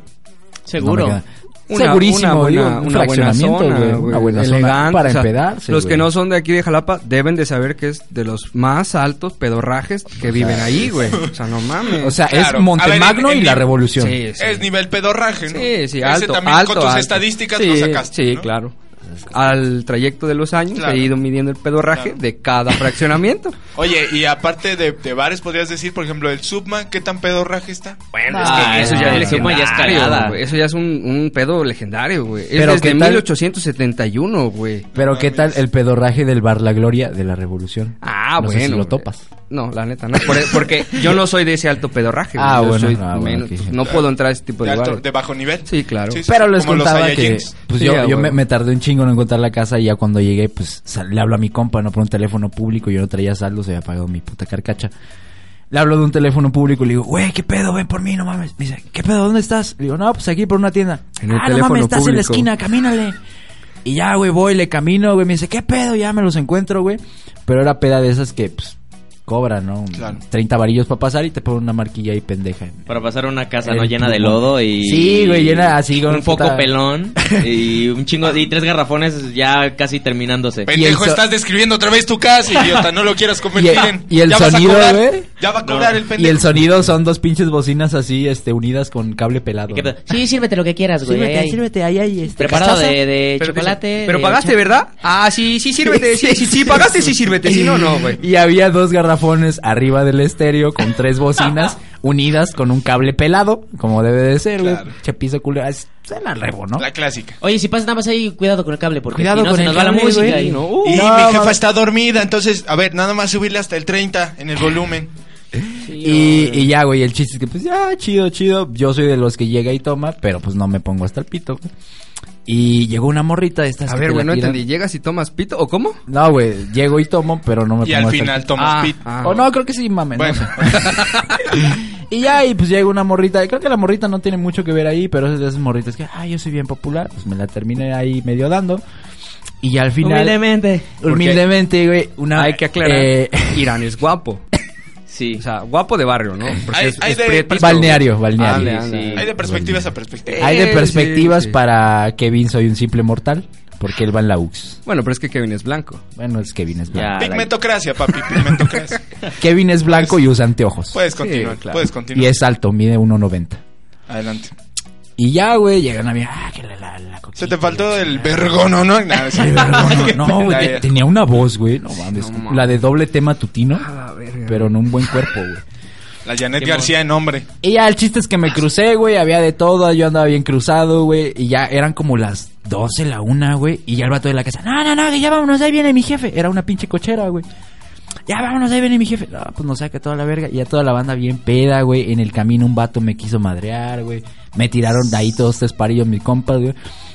[SPEAKER 4] Seguro.
[SPEAKER 5] No me queda-
[SPEAKER 6] Una-
[SPEAKER 5] Segurísimo,
[SPEAKER 6] una
[SPEAKER 5] digo,
[SPEAKER 6] buena-
[SPEAKER 5] un
[SPEAKER 6] una buena
[SPEAKER 5] fraccionamiento,
[SPEAKER 6] zona,
[SPEAKER 5] güey. Una buena zona
[SPEAKER 6] elegante,
[SPEAKER 5] para
[SPEAKER 6] o sea,
[SPEAKER 5] empedarse,
[SPEAKER 6] Los que
[SPEAKER 5] güey.
[SPEAKER 6] no son de aquí de Jalapa deben de saber que es de los más altos pedorrajes que viven ahí, güey. O sea, no mames.
[SPEAKER 5] O sea,
[SPEAKER 3] Claro.
[SPEAKER 5] es
[SPEAKER 3] A
[SPEAKER 5] Montemagno
[SPEAKER 3] ver, en-
[SPEAKER 5] y la
[SPEAKER 3] en-
[SPEAKER 5] Revolución.
[SPEAKER 6] sí, sí.
[SPEAKER 3] Es nivel pedorraje, ¿no?
[SPEAKER 6] Sí, sí,
[SPEAKER 3] Ese
[SPEAKER 6] alto,
[SPEAKER 3] también
[SPEAKER 6] alto,
[SPEAKER 3] con tus
[SPEAKER 6] alto.
[SPEAKER 3] estadísticas
[SPEAKER 6] sí,
[SPEAKER 3] lo sacaste.
[SPEAKER 6] Sí,
[SPEAKER 3] ¿no?
[SPEAKER 6] claro. Al trayecto de los años
[SPEAKER 3] Claro.
[SPEAKER 6] he ido midiendo el pedorraje
[SPEAKER 3] Claro.
[SPEAKER 6] de cada fraccionamiento.
[SPEAKER 3] Oye, y aparte de, de bares, podrías decir, por ejemplo, el Subman, ¿qué tan pedorraje está?
[SPEAKER 6] Bueno,
[SPEAKER 4] Ah,
[SPEAKER 6] es que eso
[SPEAKER 4] no,
[SPEAKER 6] ya
[SPEAKER 4] el
[SPEAKER 6] es
[SPEAKER 4] Zuma ya es
[SPEAKER 6] legendario,
[SPEAKER 4] cagada.
[SPEAKER 6] güey. Eso ya es un, un pedo legendario, güey. Es
[SPEAKER 5] Pero
[SPEAKER 6] desde
[SPEAKER 5] ¿qué tal?
[SPEAKER 6] 1871, güey.
[SPEAKER 5] Pero qué tal el pedorraje del bar La Gloria de la Revolución.
[SPEAKER 6] Ah,
[SPEAKER 5] No sé
[SPEAKER 6] bueno.
[SPEAKER 5] si lo
[SPEAKER 6] güey.
[SPEAKER 5] topas.
[SPEAKER 6] No, la neta, no. Por- porque yo no soy de ese alto pedorraje. güey.
[SPEAKER 5] Ah,
[SPEAKER 6] Yo
[SPEAKER 5] bueno,
[SPEAKER 6] soy
[SPEAKER 5] ah, bueno,
[SPEAKER 6] menos- pues,
[SPEAKER 5] ok.
[SPEAKER 6] no puedo entrar a ese tipo
[SPEAKER 5] Pues
[SPEAKER 3] De,
[SPEAKER 6] de
[SPEAKER 3] alto-
[SPEAKER 6] lugares.
[SPEAKER 3] de bajo nivel.
[SPEAKER 6] Sí, claro.
[SPEAKER 5] Pero les
[SPEAKER 3] como los
[SPEAKER 5] contaba que
[SPEAKER 3] Saiyajins.
[SPEAKER 5] pues
[SPEAKER 6] Sí,
[SPEAKER 5] yo,
[SPEAKER 6] a
[SPEAKER 5] yo me,
[SPEAKER 6] huevo.
[SPEAKER 5] me tardé un chingo en encontrar la casa y ya cuando llegué pues sal- le hablo a mi compa, no por un teléfono público, yo no traía saldo, se había apagado mi puta carcacha. Le hablo de un teléfono público y le digo, güey, ¿qué pedo? Ven por mí, no mames. Me dice, ¿qué pedo? ¿Dónde estás? Le digo, no, pues aquí por una tienda.
[SPEAKER 6] En el
[SPEAKER 5] ah, no
[SPEAKER 6] teléfono
[SPEAKER 5] mames, estás en la
[SPEAKER 6] público.
[SPEAKER 5] esquina, camínale. Y ya, güey, voy, le camino, güey. Me dice, ¿qué pedo? Ya me los encuentro, güey. Pero era peda de esas que, pues, cobran, ¿no?
[SPEAKER 3] Claro.
[SPEAKER 5] 30 varillos para pasar y te ponen una marquilla ahí pendeja.
[SPEAKER 4] Para pasar a una casa,
[SPEAKER 5] El
[SPEAKER 4] ¿no? Llena de
[SPEAKER 5] pulmón.
[SPEAKER 4] lodo y...
[SPEAKER 5] Sí, güey, llena así con
[SPEAKER 4] Un poco
[SPEAKER 5] puta-
[SPEAKER 6] <laughs>
[SPEAKER 4] pelón y un chingo... Y tres garrafones ya casi terminándose.
[SPEAKER 3] Pendejo,
[SPEAKER 5] Y el so-
[SPEAKER 3] estás describiendo otra vez tu casa, idiota. No lo quieras convertir
[SPEAKER 5] <laughs> Y el-
[SPEAKER 3] en.
[SPEAKER 5] y el
[SPEAKER 3] Ya vas a
[SPEAKER 5] sonido,
[SPEAKER 3] cobrar,
[SPEAKER 5] güey.
[SPEAKER 3] Ya va a cobrar el pendejo.
[SPEAKER 5] Y el sonido son dos pinches bocinas así, este, unidas con cable pelado.
[SPEAKER 4] ¿Qué pedo? Sí, sírvete lo que quieras, güey. ahí, ahí.
[SPEAKER 5] ahí, ahí. Este,
[SPEAKER 4] Preparado
[SPEAKER 5] cachaza.
[SPEAKER 4] de, de
[SPEAKER 6] Pero te
[SPEAKER 4] chocolate.
[SPEAKER 6] dicen, Pero
[SPEAKER 4] de-
[SPEAKER 6] pagaste, ¿verdad? Ah, sí, sí, sírvete. eh, Sí, sí, sí, pagaste, sí, sírvete. Si no, no, güey.
[SPEAKER 5] Y había dos garrafones arriba del estéreo con tres bocinas unidas con un cable pelado, como debe de ser, güey.
[SPEAKER 3] Claro.
[SPEAKER 5] Chapizo culero. Ah, es- Se la rebo, ¿no?
[SPEAKER 3] La clásica.
[SPEAKER 4] Oye, si pasas nada más ahí, cuidado con el cable, porque
[SPEAKER 5] Cuidado
[SPEAKER 4] si no
[SPEAKER 5] con
[SPEAKER 4] se
[SPEAKER 5] el
[SPEAKER 4] nos va la
[SPEAKER 5] cable,
[SPEAKER 4] música.
[SPEAKER 5] güey.
[SPEAKER 4] y no.
[SPEAKER 5] Uh,
[SPEAKER 3] y
[SPEAKER 5] no,
[SPEAKER 3] mi jefa
[SPEAKER 5] mames.
[SPEAKER 3] está dormida, entonces, a ver, nada más subirle hasta el 30 en el volumen.
[SPEAKER 5] Y, y ya, güey, el chiste es que, pues, ya, chido, chido. Yo soy de los que llega y toma, pero pues no me pongo hasta el pito, güey. Y llegó una morrita de estas
[SPEAKER 6] A
[SPEAKER 5] que
[SPEAKER 6] ver,
[SPEAKER 5] te
[SPEAKER 6] güey,
[SPEAKER 5] la
[SPEAKER 6] no
[SPEAKER 5] tiran.
[SPEAKER 6] entendí. ¿Llegas y tomas pito o cómo?
[SPEAKER 5] No, güey, llego y tomo, pero no me
[SPEAKER 3] Y
[SPEAKER 5] pongo
[SPEAKER 3] al
[SPEAKER 5] hasta el
[SPEAKER 3] final
[SPEAKER 5] pito.
[SPEAKER 3] tomas
[SPEAKER 6] Ah,
[SPEAKER 3] pit.
[SPEAKER 6] ah.
[SPEAKER 5] O no, creo que sí, mames. no
[SPEAKER 3] Bueno.
[SPEAKER 5] sé. <laughs> Y ya, y pues llega una morrita. y Creo que la morrita no tiene mucho que ver ahí, pero es de esas morritas que, ay, yo soy bien popular. Pues me la terminé ahí medio dando. Y ya al final.
[SPEAKER 4] Humildemente.
[SPEAKER 5] humildemente, güey. Una,
[SPEAKER 6] <laughs> Hay que aclarar.
[SPEAKER 5] eh, <laughs>
[SPEAKER 6] Irán es guapo.
[SPEAKER 4] Sí.
[SPEAKER 6] O sea, guapo de barrio, ¿no? Porque
[SPEAKER 3] Hay-
[SPEAKER 6] es,
[SPEAKER 3] hay
[SPEAKER 6] es
[SPEAKER 3] de-
[SPEAKER 6] prietito.
[SPEAKER 5] balneario, balneario.
[SPEAKER 6] Ándale, ándale.
[SPEAKER 4] sí.
[SPEAKER 3] Hay de perspectivas a perspectivas.
[SPEAKER 5] Hay de
[SPEAKER 6] Sí,
[SPEAKER 5] perspectivas
[SPEAKER 6] sí, sí.
[SPEAKER 5] para Kevin, soy un simple mortal. Porque él va en la UX.
[SPEAKER 6] Bueno, pero es que Kevin es blanco.
[SPEAKER 5] Bueno, es Kevin es
[SPEAKER 4] Ya,
[SPEAKER 5] blanco.
[SPEAKER 4] la-
[SPEAKER 3] Pigmentocracia, papi,
[SPEAKER 5] <laughs>
[SPEAKER 3] pigmentocracia.
[SPEAKER 5] Kevin es blanco y usa anteojos.
[SPEAKER 3] Puedes continuar,
[SPEAKER 6] claro.
[SPEAKER 3] puedes
[SPEAKER 5] Y
[SPEAKER 3] continuar.
[SPEAKER 5] es alto, mide 1.90.
[SPEAKER 3] Adelante.
[SPEAKER 5] Y ya, güey, llegan a mí. Ah, que la, la, la
[SPEAKER 3] Se
[SPEAKER 5] coquita,
[SPEAKER 3] te faltó
[SPEAKER 5] la
[SPEAKER 3] el
[SPEAKER 5] chingada.
[SPEAKER 3] vergono,
[SPEAKER 5] <laughs>
[SPEAKER 3] ¿no? Nada, sí.
[SPEAKER 5] Ay, vergón, Ah.
[SPEAKER 3] <laughs>
[SPEAKER 6] <laughs>
[SPEAKER 5] no, no, güey,
[SPEAKER 3] Ay,
[SPEAKER 5] te- tenía una voz, güey. No mames.
[SPEAKER 6] no mames.
[SPEAKER 5] la de doble tema tutino,
[SPEAKER 6] la verga.
[SPEAKER 5] pero no un buen cuerpo, güey.
[SPEAKER 3] La Janet García en hombre.
[SPEAKER 5] Y ya el chiste es que me crucé, güey. Había de todo, yo andaba bien cruzado, güey. Y ya eran como las 12, la una, güey. Y ya el vato de la casa, no, no, no, que ya vámonos, ahí viene mi jefe. Era una pinche cochera, güey. Ya vámonos, ahí viene mi jefe. No, pues nos saca toda la verga. Y ya toda la banda bien peda, güey. En el camino un vato me quiso madrear, güey. Me tiraron de ahí todos tres parillos mis compas, güey.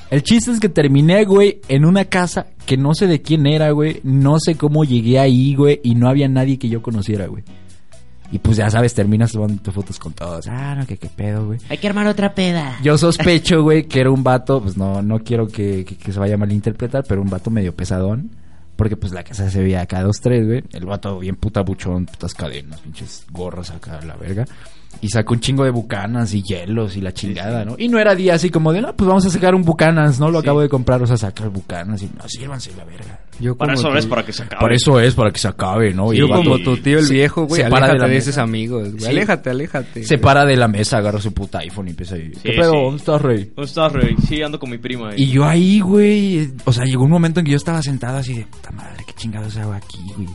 [SPEAKER 5] El chiste es que terminé, güey, en una casa que no sé de quién era, güey. No sé cómo llegué ahí, güey. Y no había nadie que yo conociera, güey. Y pues ya sabes, terminas tomando fotos con todos. Ah, no, que qué pedo, güey.
[SPEAKER 8] Hay que armar otra peda.
[SPEAKER 5] Yo sospecho, güey, que era un vato, pues no, no quiero que, que- que se vaya a malinterpretar, pero un vato medio pesadón. Porque pues la casa se veía acá dos, tres, güey. El vato bien puta buchón, putas cadenas, pinches gorras acá, la verga. Y sacó un chingo de bucanas y hielos y la chingada, ¿no? Y no era día así como de, no, pues vamos a sacar un bucanas, ¿no? Lo acabo de comprar, o sea, sacar bucanas y no, sírvanse la verga.
[SPEAKER 6] Yo
[SPEAKER 4] Para
[SPEAKER 6] como
[SPEAKER 4] eso
[SPEAKER 6] tu-
[SPEAKER 4] es para que se acabe.
[SPEAKER 5] Por eso es, para que se acabe, ¿no? Y
[SPEAKER 6] Yo
[SPEAKER 5] el vato
[SPEAKER 6] como tu tío el
[SPEAKER 5] se-
[SPEAKER 6] viejo, güey.
[SPEAKER 5] se para
[SPEAKER 6] Aléjate
[SPEAKER 5] la
[SPEAKER 6] de
[SPEAKER 5] mesa.
[SPEAKER 6] esos amigos, güey.
[SPEAKER 5] Sí.
[SPEAKER 6] Aléjate, aléjate.
[SPEAKER 5] Se para de la mesa, agarra su puta iPhone y empieza a ir. ¿Qué pedo?
[SPEAKER 4] sí.
[SPEAKER 5] ¿Dónde estás, rey?
[SPEAKER 4] ¿Dónde estás, Rey? Sí, ando con mi prima. eh.
[SPEAKER 5] Y yo ahí, güey. eh, O sea, llegó un momento en que yo estaba sentado así de puta madre, qué chingados hago aquí, güey.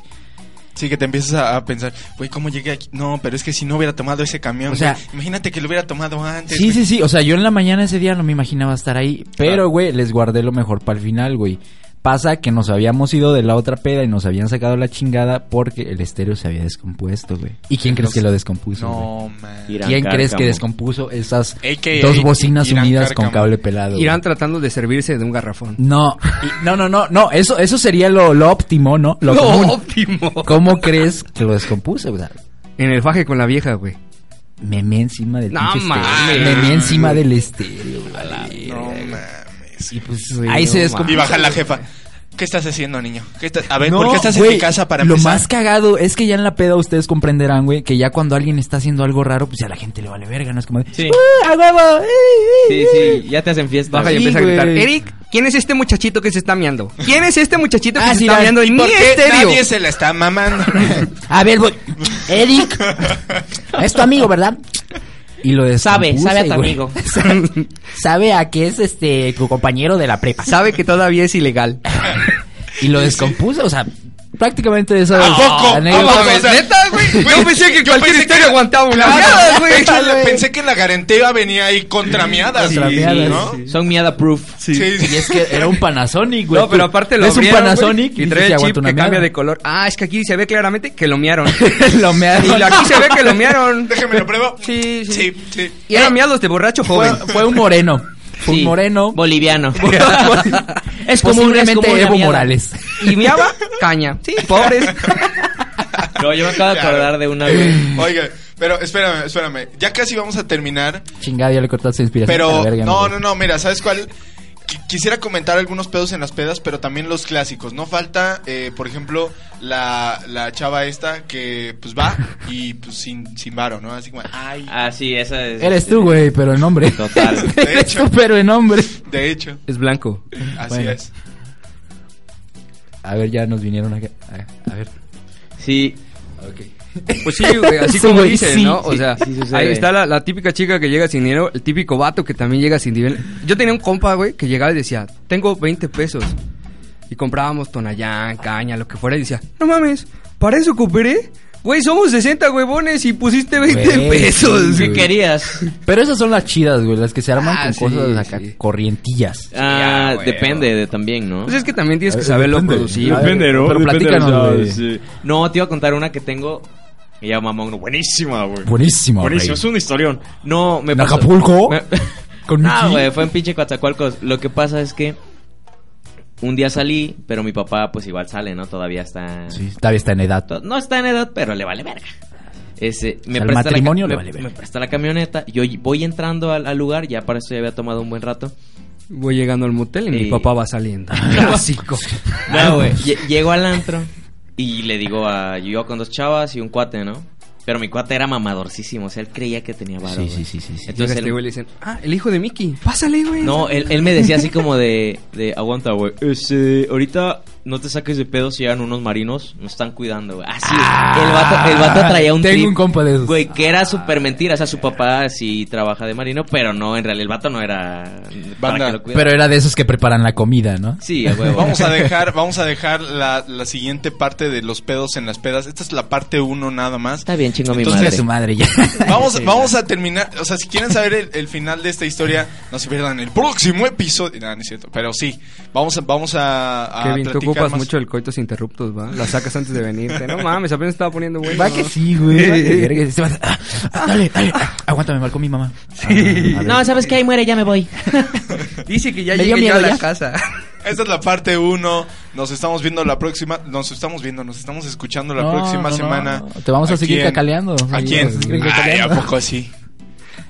[SPEAKER 3] Sí, que te empiezas a, a pensar, güey, ¿cómo llegué aquí? No, pero es que si no hubiera tomado ese camión,
[SPEAKER 5] O sea-
[SPEAKER 3] güey, imagínate que lo hubiera tomado antes.
[SPEAKER 5] Sí,
[SPEAKER 3] güey.
[SPEAKER 5] sí, sí. O sea, yo en la mañana ese día no me imaginaba estar ahí.
[SPEAKER 3] Claro.
[SPEAKER 5] Pero, güey, les guardé lo mejor para el final, güey. Pasa que nos habíamos ido de la otra peda y nos habían sacado la chingada porque el estéreo se había descompuesto, güey. ¿Y quién crees que lo descompuso? güey?
[SPEAKER 3] No, man.
[SPEAKER 4] Irán
[SPEAKER 5] ¿Quién crees que
[SPEAKER 4] Cárcamo.
[SPEAKER 5] descompuso esas
[SPEAKER 3] AKA,
[SPEAKER 5] dos bocinas
[SPEAKER 3] Irán
[SPEAKER 5] unidas con
[SPEAKER 3] Cárcamo.
[SPEAKER 5] cable pelado? güey?
[SPEAKER 6] Irán tratando de servirse de un garrafón.
[SPEAKER 5] No, y- no, no, no, no, eso, eso sería lo, lo óptimo, ¿no?
[SPEAKER 6] <laughs>
[SPEAKER 5] Lo, común.
[SPEAKER 6] óptimo.
[SPEAKER 5] ¿Cómo crees que lo descompuse? O sea,
[SPEAKER 6] En el faje con la vieja, güey.
[SPEAKER 5] memé encima del
[SPEAKER 6] No
[SPEAKER 5] pinche estéreo.
[SPEAKER 6] mames.
[SPEAKER 5] Memé encima del estéreo, güey.
[SPEAKER 3] No mames.
[SPEAKER 5] Y pues
[SPEAKER 6] Güey,
[SPEAKER 5] ahí
[SPEAKER 6] no
[SPEAKER 5] se
[SPEAKER 6] mames.
[SPEAKER 3] Y
[SPEAKER 5] descompuso.
[SPEAKER 3] baja la jefa. ¿Qué estás haciendo, niño? ¿Qué estás- A ver,
[SPEAKER 5] No,
[SPEAKER 3] ¿por qué estás en
[SPEAKER 5] güey,
[SPEAKER 3] mi casa para
[SPEAKER 5] Lo
[SPEAKER 3] empezar?
[SPEAKER 5] más cagado es que ya en la peda ustedes comprenderán, güey, que ya cuando alguien está haciendo algo raro, pues ya a la gente le vale verga, ¿no? Es como de,
[SPEAKER 4] Sí.
[SPEAKER 5] "Ah, a huevo! ¡Eh, eh,
[SPEAKER 4] Sí,
[SPEAKER 5] eh".
[SPEAKER 4] sí, ya te hacen fiesta.
[SPEAKER 6] Baja
[SPEAKER 5] <laughs>
[SPEAKER 6] y
[SPEAKER 4] güey.
[SPEAKER 6] empieza a gritar.
[SPEAKER 5] güey.
[SPEAKER 6] Eric, ¿quién es este muchachito que se está miando? ¿Quién es este muchachito que
[SPEAKER 5] Ah,
[SPEAKER 6] se
[SPEAKER 5] sí,
[SPEAKER 6] está
[SPEAKER 5] la-
[SPEAKER 6] miando en mi
[SPEAKER 3] ¿Por qué
[SPEAKER 6] estéreo?
[SPEAKER 3] nadie se la está mamando?
[SPEAKER 5] A ver, voy. Eric, es tu amigo, ¿verdad? Y lo de
[SPEAKER 8] Sabe, sabe a tu amigo.
[SPEAKER 5] <laughs> Sabe a que es este tu compañero de la prepa.
[SPEAKER 6] <laughs> Sabe que todavía es ilegal.
[SPEAKER 5] Y lo descompuso, o sea, prácticamente eso.
[SPEAKER 3] ¿A poco?
[SPEAKER 5] anécdota.
[SPEAKER 3] No mames.
[SPEAKER 6] ¿Neta, güey? Yo pensé que cualquier
[SPEAKER 3] pensé que-
[SPEAKER 6] estéreo aguantaba una miada, güey.
[SPEAKER 3] De hecho, le- pensé que la garantía venía ahí contramiadas,
[SPEAKER 5] Contrameadas,
[SPEAKER 3] ¿no?
[SPEAKER 5] sí.
[SPEAKER 4] Son miada proof.
[SPEAKER 3] Sí.
[SPEAKER 5] Y es que era un Panasonic, güey.
[SPEAKER 6] No, pero aparte lo
[SPEAKER 5] Es un
[SPEAKER 6] abrieron, güey,
[SPEAKER 5] Panasonic
[SPEAKER 6] y
[SPEAKER 5] dices,
[SPEAKER 6] trae
[SPEAKER 5] "Sí,
[SPEAKER 6] el chip
[SPEAKER 5] aguanta
[SPEAKER 6] que
[SPEAKER 5] una
[SPEAKER 6] cambia
[SPEAKER 5] meada".
[SPEAKER 6] de color. Ah, es que aquí se ve claramente que lo mearon.
[SPEAKER 5] <laughs> Lo mearon.
[SPEAKER 6] Y aquí se ve que
[SPEAKER 5] <laughs>
[SPEAKER 6] lo mearon.
[SPEAKER 3] Déjame lo pruebo.
[SPEAKER 6] Sí, sí.
[SPEAKER 3] Sí, sí.
[SPEAKER 6] Y eran miados de borracho
[SPEAKER 5] Fue, <laughs>
[SPEAKER 6] joven.
[SPEAKER 5] fue un moreno. Fue
[SPEAKER 4] Sí,
[SPEAKER 5] un
[SPEAKER 6] <laughs>
[SPEAKER 5] moreno. <laughs>
[SPEAKER 4] Boliviano.
[SPEAKER 5] es
[SPEAKER 4] común, es
[SPEAKER 5] Posiblemente
[SPEAKER 4] común la
[SPEAKER 5] Evo
[SPEAKER 4] miada.
[SPEAKER 5] <laughs> Morales.
[SPEAKER 6] Y miaba caña. Sí, pobres.
[SPEAKER 4] No, yo me acabo de
[SPEAKER 3] Claro.
[SPEAKER 4] acordar de una, güey.
[SPEAKER 3] Oiga, pero espérame, espérame. Ya casi vamos a terminar.
[SPEAKER 7] Chingada, ya le cortaste inspiración. a la
[SPEAKER 3] Pero
[SPEAKER 7] verga,
[SPEAKER 3] no,
[SPEAKER 7] amigo.
[SPEAKER 3] no, no, mira, ¿sabes cuál? Qui- Quisiera comentar algunos pedos en las pedas, pero también los clásicos. No falta, eh, por ejemplo, la, la chava esta que pues va y pues sin, sin varo, ¿no? Así como, ay,
[SPEAKER 4] Ah, sí, esa es.
[SPEAKER 7] Eres tú, güey, pero en nombre.
[SPEAKER 4] Total.
[SPEAKER 5] <laughs>
[SPEAKER 3] De
[SPEAKER 7] Eres
[SPEAKER 3] hecho.
[SPEAKER 7] tú, pero en nombre.
[SPEAKER 3] de hecho,
[SPEAKER 6] Es blanco.
[SPEAKER 3] así
[SPEAKER 7] Bueno.
[SPEAKER 3] es.
[SPEAKER 5] A ver, ya nos vinieron acá. A ver.
[SPEAKER 4] este, Sí,
[SPEAKER 6] Pues sí, güey, así
[SPEAKER 7] Sí,
[SPEAKER 6] como
[SPEAKER 7] güey,
[SPEAKER 6] dices,
[SPEAKER 7] sí,
[SPEAKER 6] ¿no? O
[SPEAKER 4] sí,
[SPEAKER 6] sea,
[SPEAKER 4] sí sucede.
[SPEAKER 6] ahí está la, la típica chica que llega sin dinero, el típico vato que también llega sin dinero. Yo tenía un compa, güey, que llegaba y decía, tengo 20 pesos. Y comprábamos tonallán, caña, lo que fuera, y decía, no mames, ¿para eso cooperé? Güey, somos 60 huevones y pusiste 20
[SPEAKER 5] Güey,
[SPEAKER 6] pesos.
[SPEAKER 4] ¿qué
[SPEAKER 6] güey".
[SPEAKER 5] <laughs>
[SPEAKER 4] querías?
[SPEAKER 5] Pero esas son las chidas, güey, las que se arman
[SPEAKER 6] Ah,
[SPEAKER 5] con
[SPEAKER 6] sí,
[SPEAKER 5] cosas acá
[SPEAKER 6] sí.
[SPEAKER 5] corrientillas.
[SPEAKER 4] Ah,
[SPEAKER 6] Ya, güey.
[SPEAKER 4] depende de, también, ¿no?
[SPEAKER 6] Pues es que también tienes que saberlo producir. güey.
[SPEAKER 5] ¿no? Pero platícanos, güey.
[SPEAKER 4] No, te iba a contar una que tengo. Ella mamón, buenísima, güey.
[SPEAKER 5] Buenísimo, güey.
[SPEAKER 4] Buenísimo, es un historión. No, me
[SPEAKER 5] ¿En
[SPEAKER 4] pasó-
[SPEAKER 5] Acapulco?
[SPEAKER 4] Me-
[SPEAKER 5] <laughs> Con
[SPEAKER 4] no,
[SPEAKER 5] Mickey.
[SPEAKER 4] Ah, güey, fue en pinche Coatzacoalcos. Lo que pasa es que un día salí, pero mi papá pues igual sale, ¿no? Todavía está...
[SPEAKER 5] Sí, todavía está en edad.
[SPEAKER 4] to- No está en edad, pero le vale verga. Ese,
[SPEAKER 5] sea,
[SPEAKER 4] presta la
[SPEAKER 5] al
[SPEAKER 4] ca-
[SPEAKER 5] matrimonio le
[SPEAKER 4] me-
[SPEAKER 5] vale verga.
[SPEAKER 4] me presta la camioneta. Yo y- voy entrando al, al lugar, ya para eso ya había tomado un buen rato.
[SPEAKER 6] Voy llegando al motel y
[SPEAKER 4] Y-
[SPEAKER 6] mi papá va saliendo.
[SPEAKER 5] Clásico. Ah,
[SPEAKER 4] No, güey.
[SPEAKER 5] pues.
[SPEAKER 4] lle- Llego al antro y le digo a. Yo iba con dos chavas y un cuate, ¿no? Pero mi cuate era mamadorcísimo, o sea, él creía que tenía varo.
[SPEAKER 5] Sí,
[SPEAKER 4] güey.
[SPEAKER 5] sí, sí, sí, sí.
[SPEAKER 6] Llega
[SPEAKER 4] Entonces
[SPEAKER 6] este
[SPEAKER 4] él,
[SPEAKER 6] güey y le dicen, ah, el hijo de Mickey, pásale, güey.
[SPEAKER 4] no, él, él me decía así como de, de aguanta, güey. Este, ahorita no te saques de pedo si llegan unos marinos, nos están cuidando, güey. Así, el vato, el vato traía un
[SPEAKER 5] Ah, Tengo
[SPEAKER 4] trip,
[SPEAKER 5] un compa de esos.
[SPEAKER 4] Güey, que era súper mentira, o sea, su papá sí trabaja de marino, pero no, en realidad el vato no era para
[SPEAKER 3] Banda.
[SPEAKER 4] que lo cuidara.
[SPEAKER 5] Pero era de esos que preparan la comida, ¿no?
[SPEAKER 4] Sí, a huevo.
[SPEAKER 3] Vamos a dejar, vamos a dejar la, la siguiente parte de los pedos en las pedas. Esta es la parte uno nada más.
[SPEAKER 4] <laughs> Está bien, chingo mi
[SPEAKER 3] Entonces,
[SPEAKER 4] madre.
[SPEAKER 5] Su madre ya.
[SPEAKER 6] <laughs>
[SPEAKER 3] Vamos, vamos a terminar. O sea, si quieren saber el, el final de esta historia, no se pierdan el próximo episodio. Nah, no es cierto. Pero sí, vamos a, vamos a, a
[SPEAKER 6] Kevin, tú
[SPEAKER 3] platicar
[SPEAKER 6] ocupas
[SPEAKER 3] más.
[SPEAKER 6] mucho el coitos interruptos, ¿va? La sacas antes de venirte. No mames, apenas estaba poniendo güey.
[SPEAKER 5] Va <laughs> que sí, güey. va que verga. Este va- ah, ah, dale, dale. ah, aguántame, marcó mi mamá. Ah, a ver.
[SPEAKER 8] No, ¿sabes qué? Ahí muere, ya me voy.
[SPEAKER 6] Dice que ya
[SPEAKER 8] Me dio
[SPEAKER 6] llegué yo a
[SPEAKER 8] miedo
[SPEAKER 6] la
[SPEAKER 8] ya.
[SPEAKER 5] <laughs>
[SPEAKER 6] casa.
[SPEAKER 3] Esta es la parte 1. Nos estamos viendo la próxima. Nos estamos viendo, nos estamos escuchando la
[SPEAKER 5] No,
[SPEAKER 3] próxima
[SPEAKER 5] no, no.
[SPEAKER 3] semana.
[SPEAKER 5] Te vamos a seguir cacaleando.
[SPEAKER 3] ¿A
[SPEAKER 5] Sí,
[SPEAKER 3] quién?
[SPEAKER 5] vamos a seguir
[SPEAKER 3] Ay, ¿a
[SPEAKER 5] cacaleando.
[SPEAKER 3] poco sí?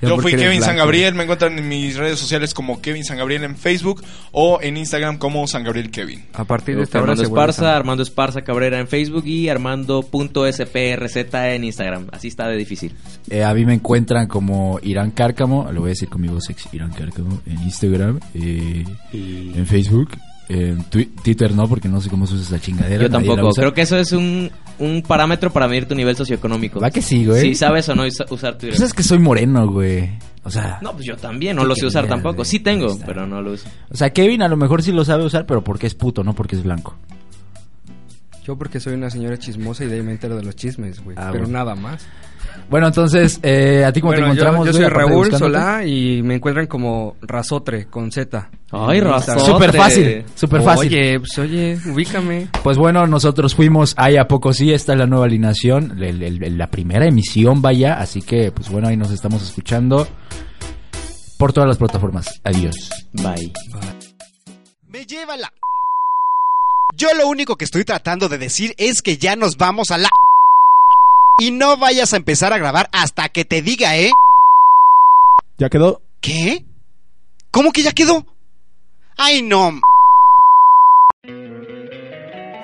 [SPEAKER 5] Ya
[SPEAKER 3] Yo
[SPEAKER 5] porque
[SPEAKER 3] fui
[SPEAKER 5] eres
[SPEAKER 3] Kevin San
[SPEAKER 5] blanco.
[SPEAKER 3] Gabriel. Me encuentran en mis redes sociales como Kevin San Gabriel en Facebook o en Instagram como San Gabriel Kevin.
[SPEAKER 6] A partir de este esta hora
[SPEAKER 4] Armando
[SPEAKER 6] se vuelve
[SPEAKER 4] Esparza,
[SPEAKER 6] sano.
[SPEAKER 4] Armando Esparza Cabrera en Facebook y Armando.sprz en Instagram. Así está de difícil.
[SPEAKER 5] Eh, a mí me encuentran como Irán Cárcamo, lo voy a decir con mi voz sexy, Irán Cárcamo, en Instagram, eh, en Facebook, en Twi- Twitter no, porque no sé cómo se usa esa chingadera.
[SPEAKER 4] Yo
[SPEAKER 5] nadie la
[SPEAKER 4] tampoco.
[SPEAKER 5] usa.
[SPEAKER 4] Creo que eso es un, un parámetro para medir tu nivel socioeconómico.
[SPEAKER 5] Va que sí, güey.
[SPEAKER 4] Si sabes o no usa- usar Twitter.
[SPEAKER 5] Pues es que soy moreno, güey. O sea,
[SPEAKER 4] No, pues yo también, no lo sé usar
[SPEAKER 5] Mira,
[SPEAKER 4] tampoco.
[SPEAKER 5] güey,
[SPEAKER 4] Sí
[SPEAKER 5] ahí
[SPEAKER 4] tengo,
[SPEAKER 5] está.
[SPEAKER 4] pero no lo uso.
[SPEAKER 5] o sea, Kevin a lo mejor sí lo sabe usar, pero porque es puto, no porque es blanco.
[SPEAKER 6] Yo porque soy una señora chismosa y de ahí me entero de los chismes, güey.
[SPEAKER 5] Ah,
[SPEAKER 6] Pero
[SPEAKER 5] bueno.
[SPEAKER 6] nada más.
[SPEAKER 5] Bueno, entonces, eh, ¿a ti cómo
[SPEAKER 6] Bueno,
[SPEAKER 5] te
[SPEAKER 6] yo-
[SPEAKER 5] encontramos?
[SPEAKER 6] yo,
[SPEAKER 5] güey,
[SPEAKER 6] soy
[SPEAKER 5] aparte de
[SPEAKER 6] Raúl
[SPEAKER 5] buscándote?
[SPEAKER 6] Solá y me encuentran como Razotre con Z.
[SPEAKER 4] Ay,
[SPEAKER 6] En
[SPEAKER 4] Razotre.
[SPEAKER 6] Instagram.
[SPEAKER 5] Súper fácil, súper fácil.
[SPEAKER 6] Oye, pues oye, ubícame.
[SPEAKER 5] Pues bueno, nosotros fuimos ahí a poco sí, esta es la nueva alineación, el- el- el- la primera emisión vaya, así que pues bueno, ahí nos estamos escuchando por todas las plataformas. Adiós.
[SPEAKER 4] Bye.
[SPEAKER 1] Me lleva la. Yo lo único que estoy tratando de decir es que ya nos vamos a la. Y no vayas a empezar a grabar hasta que te diga, ¿eh?
[SPEAKER 2] Ya quedó.
[SPEAKER 1] ¿Qué? ¿Cómo que ya quedó? Ay, no.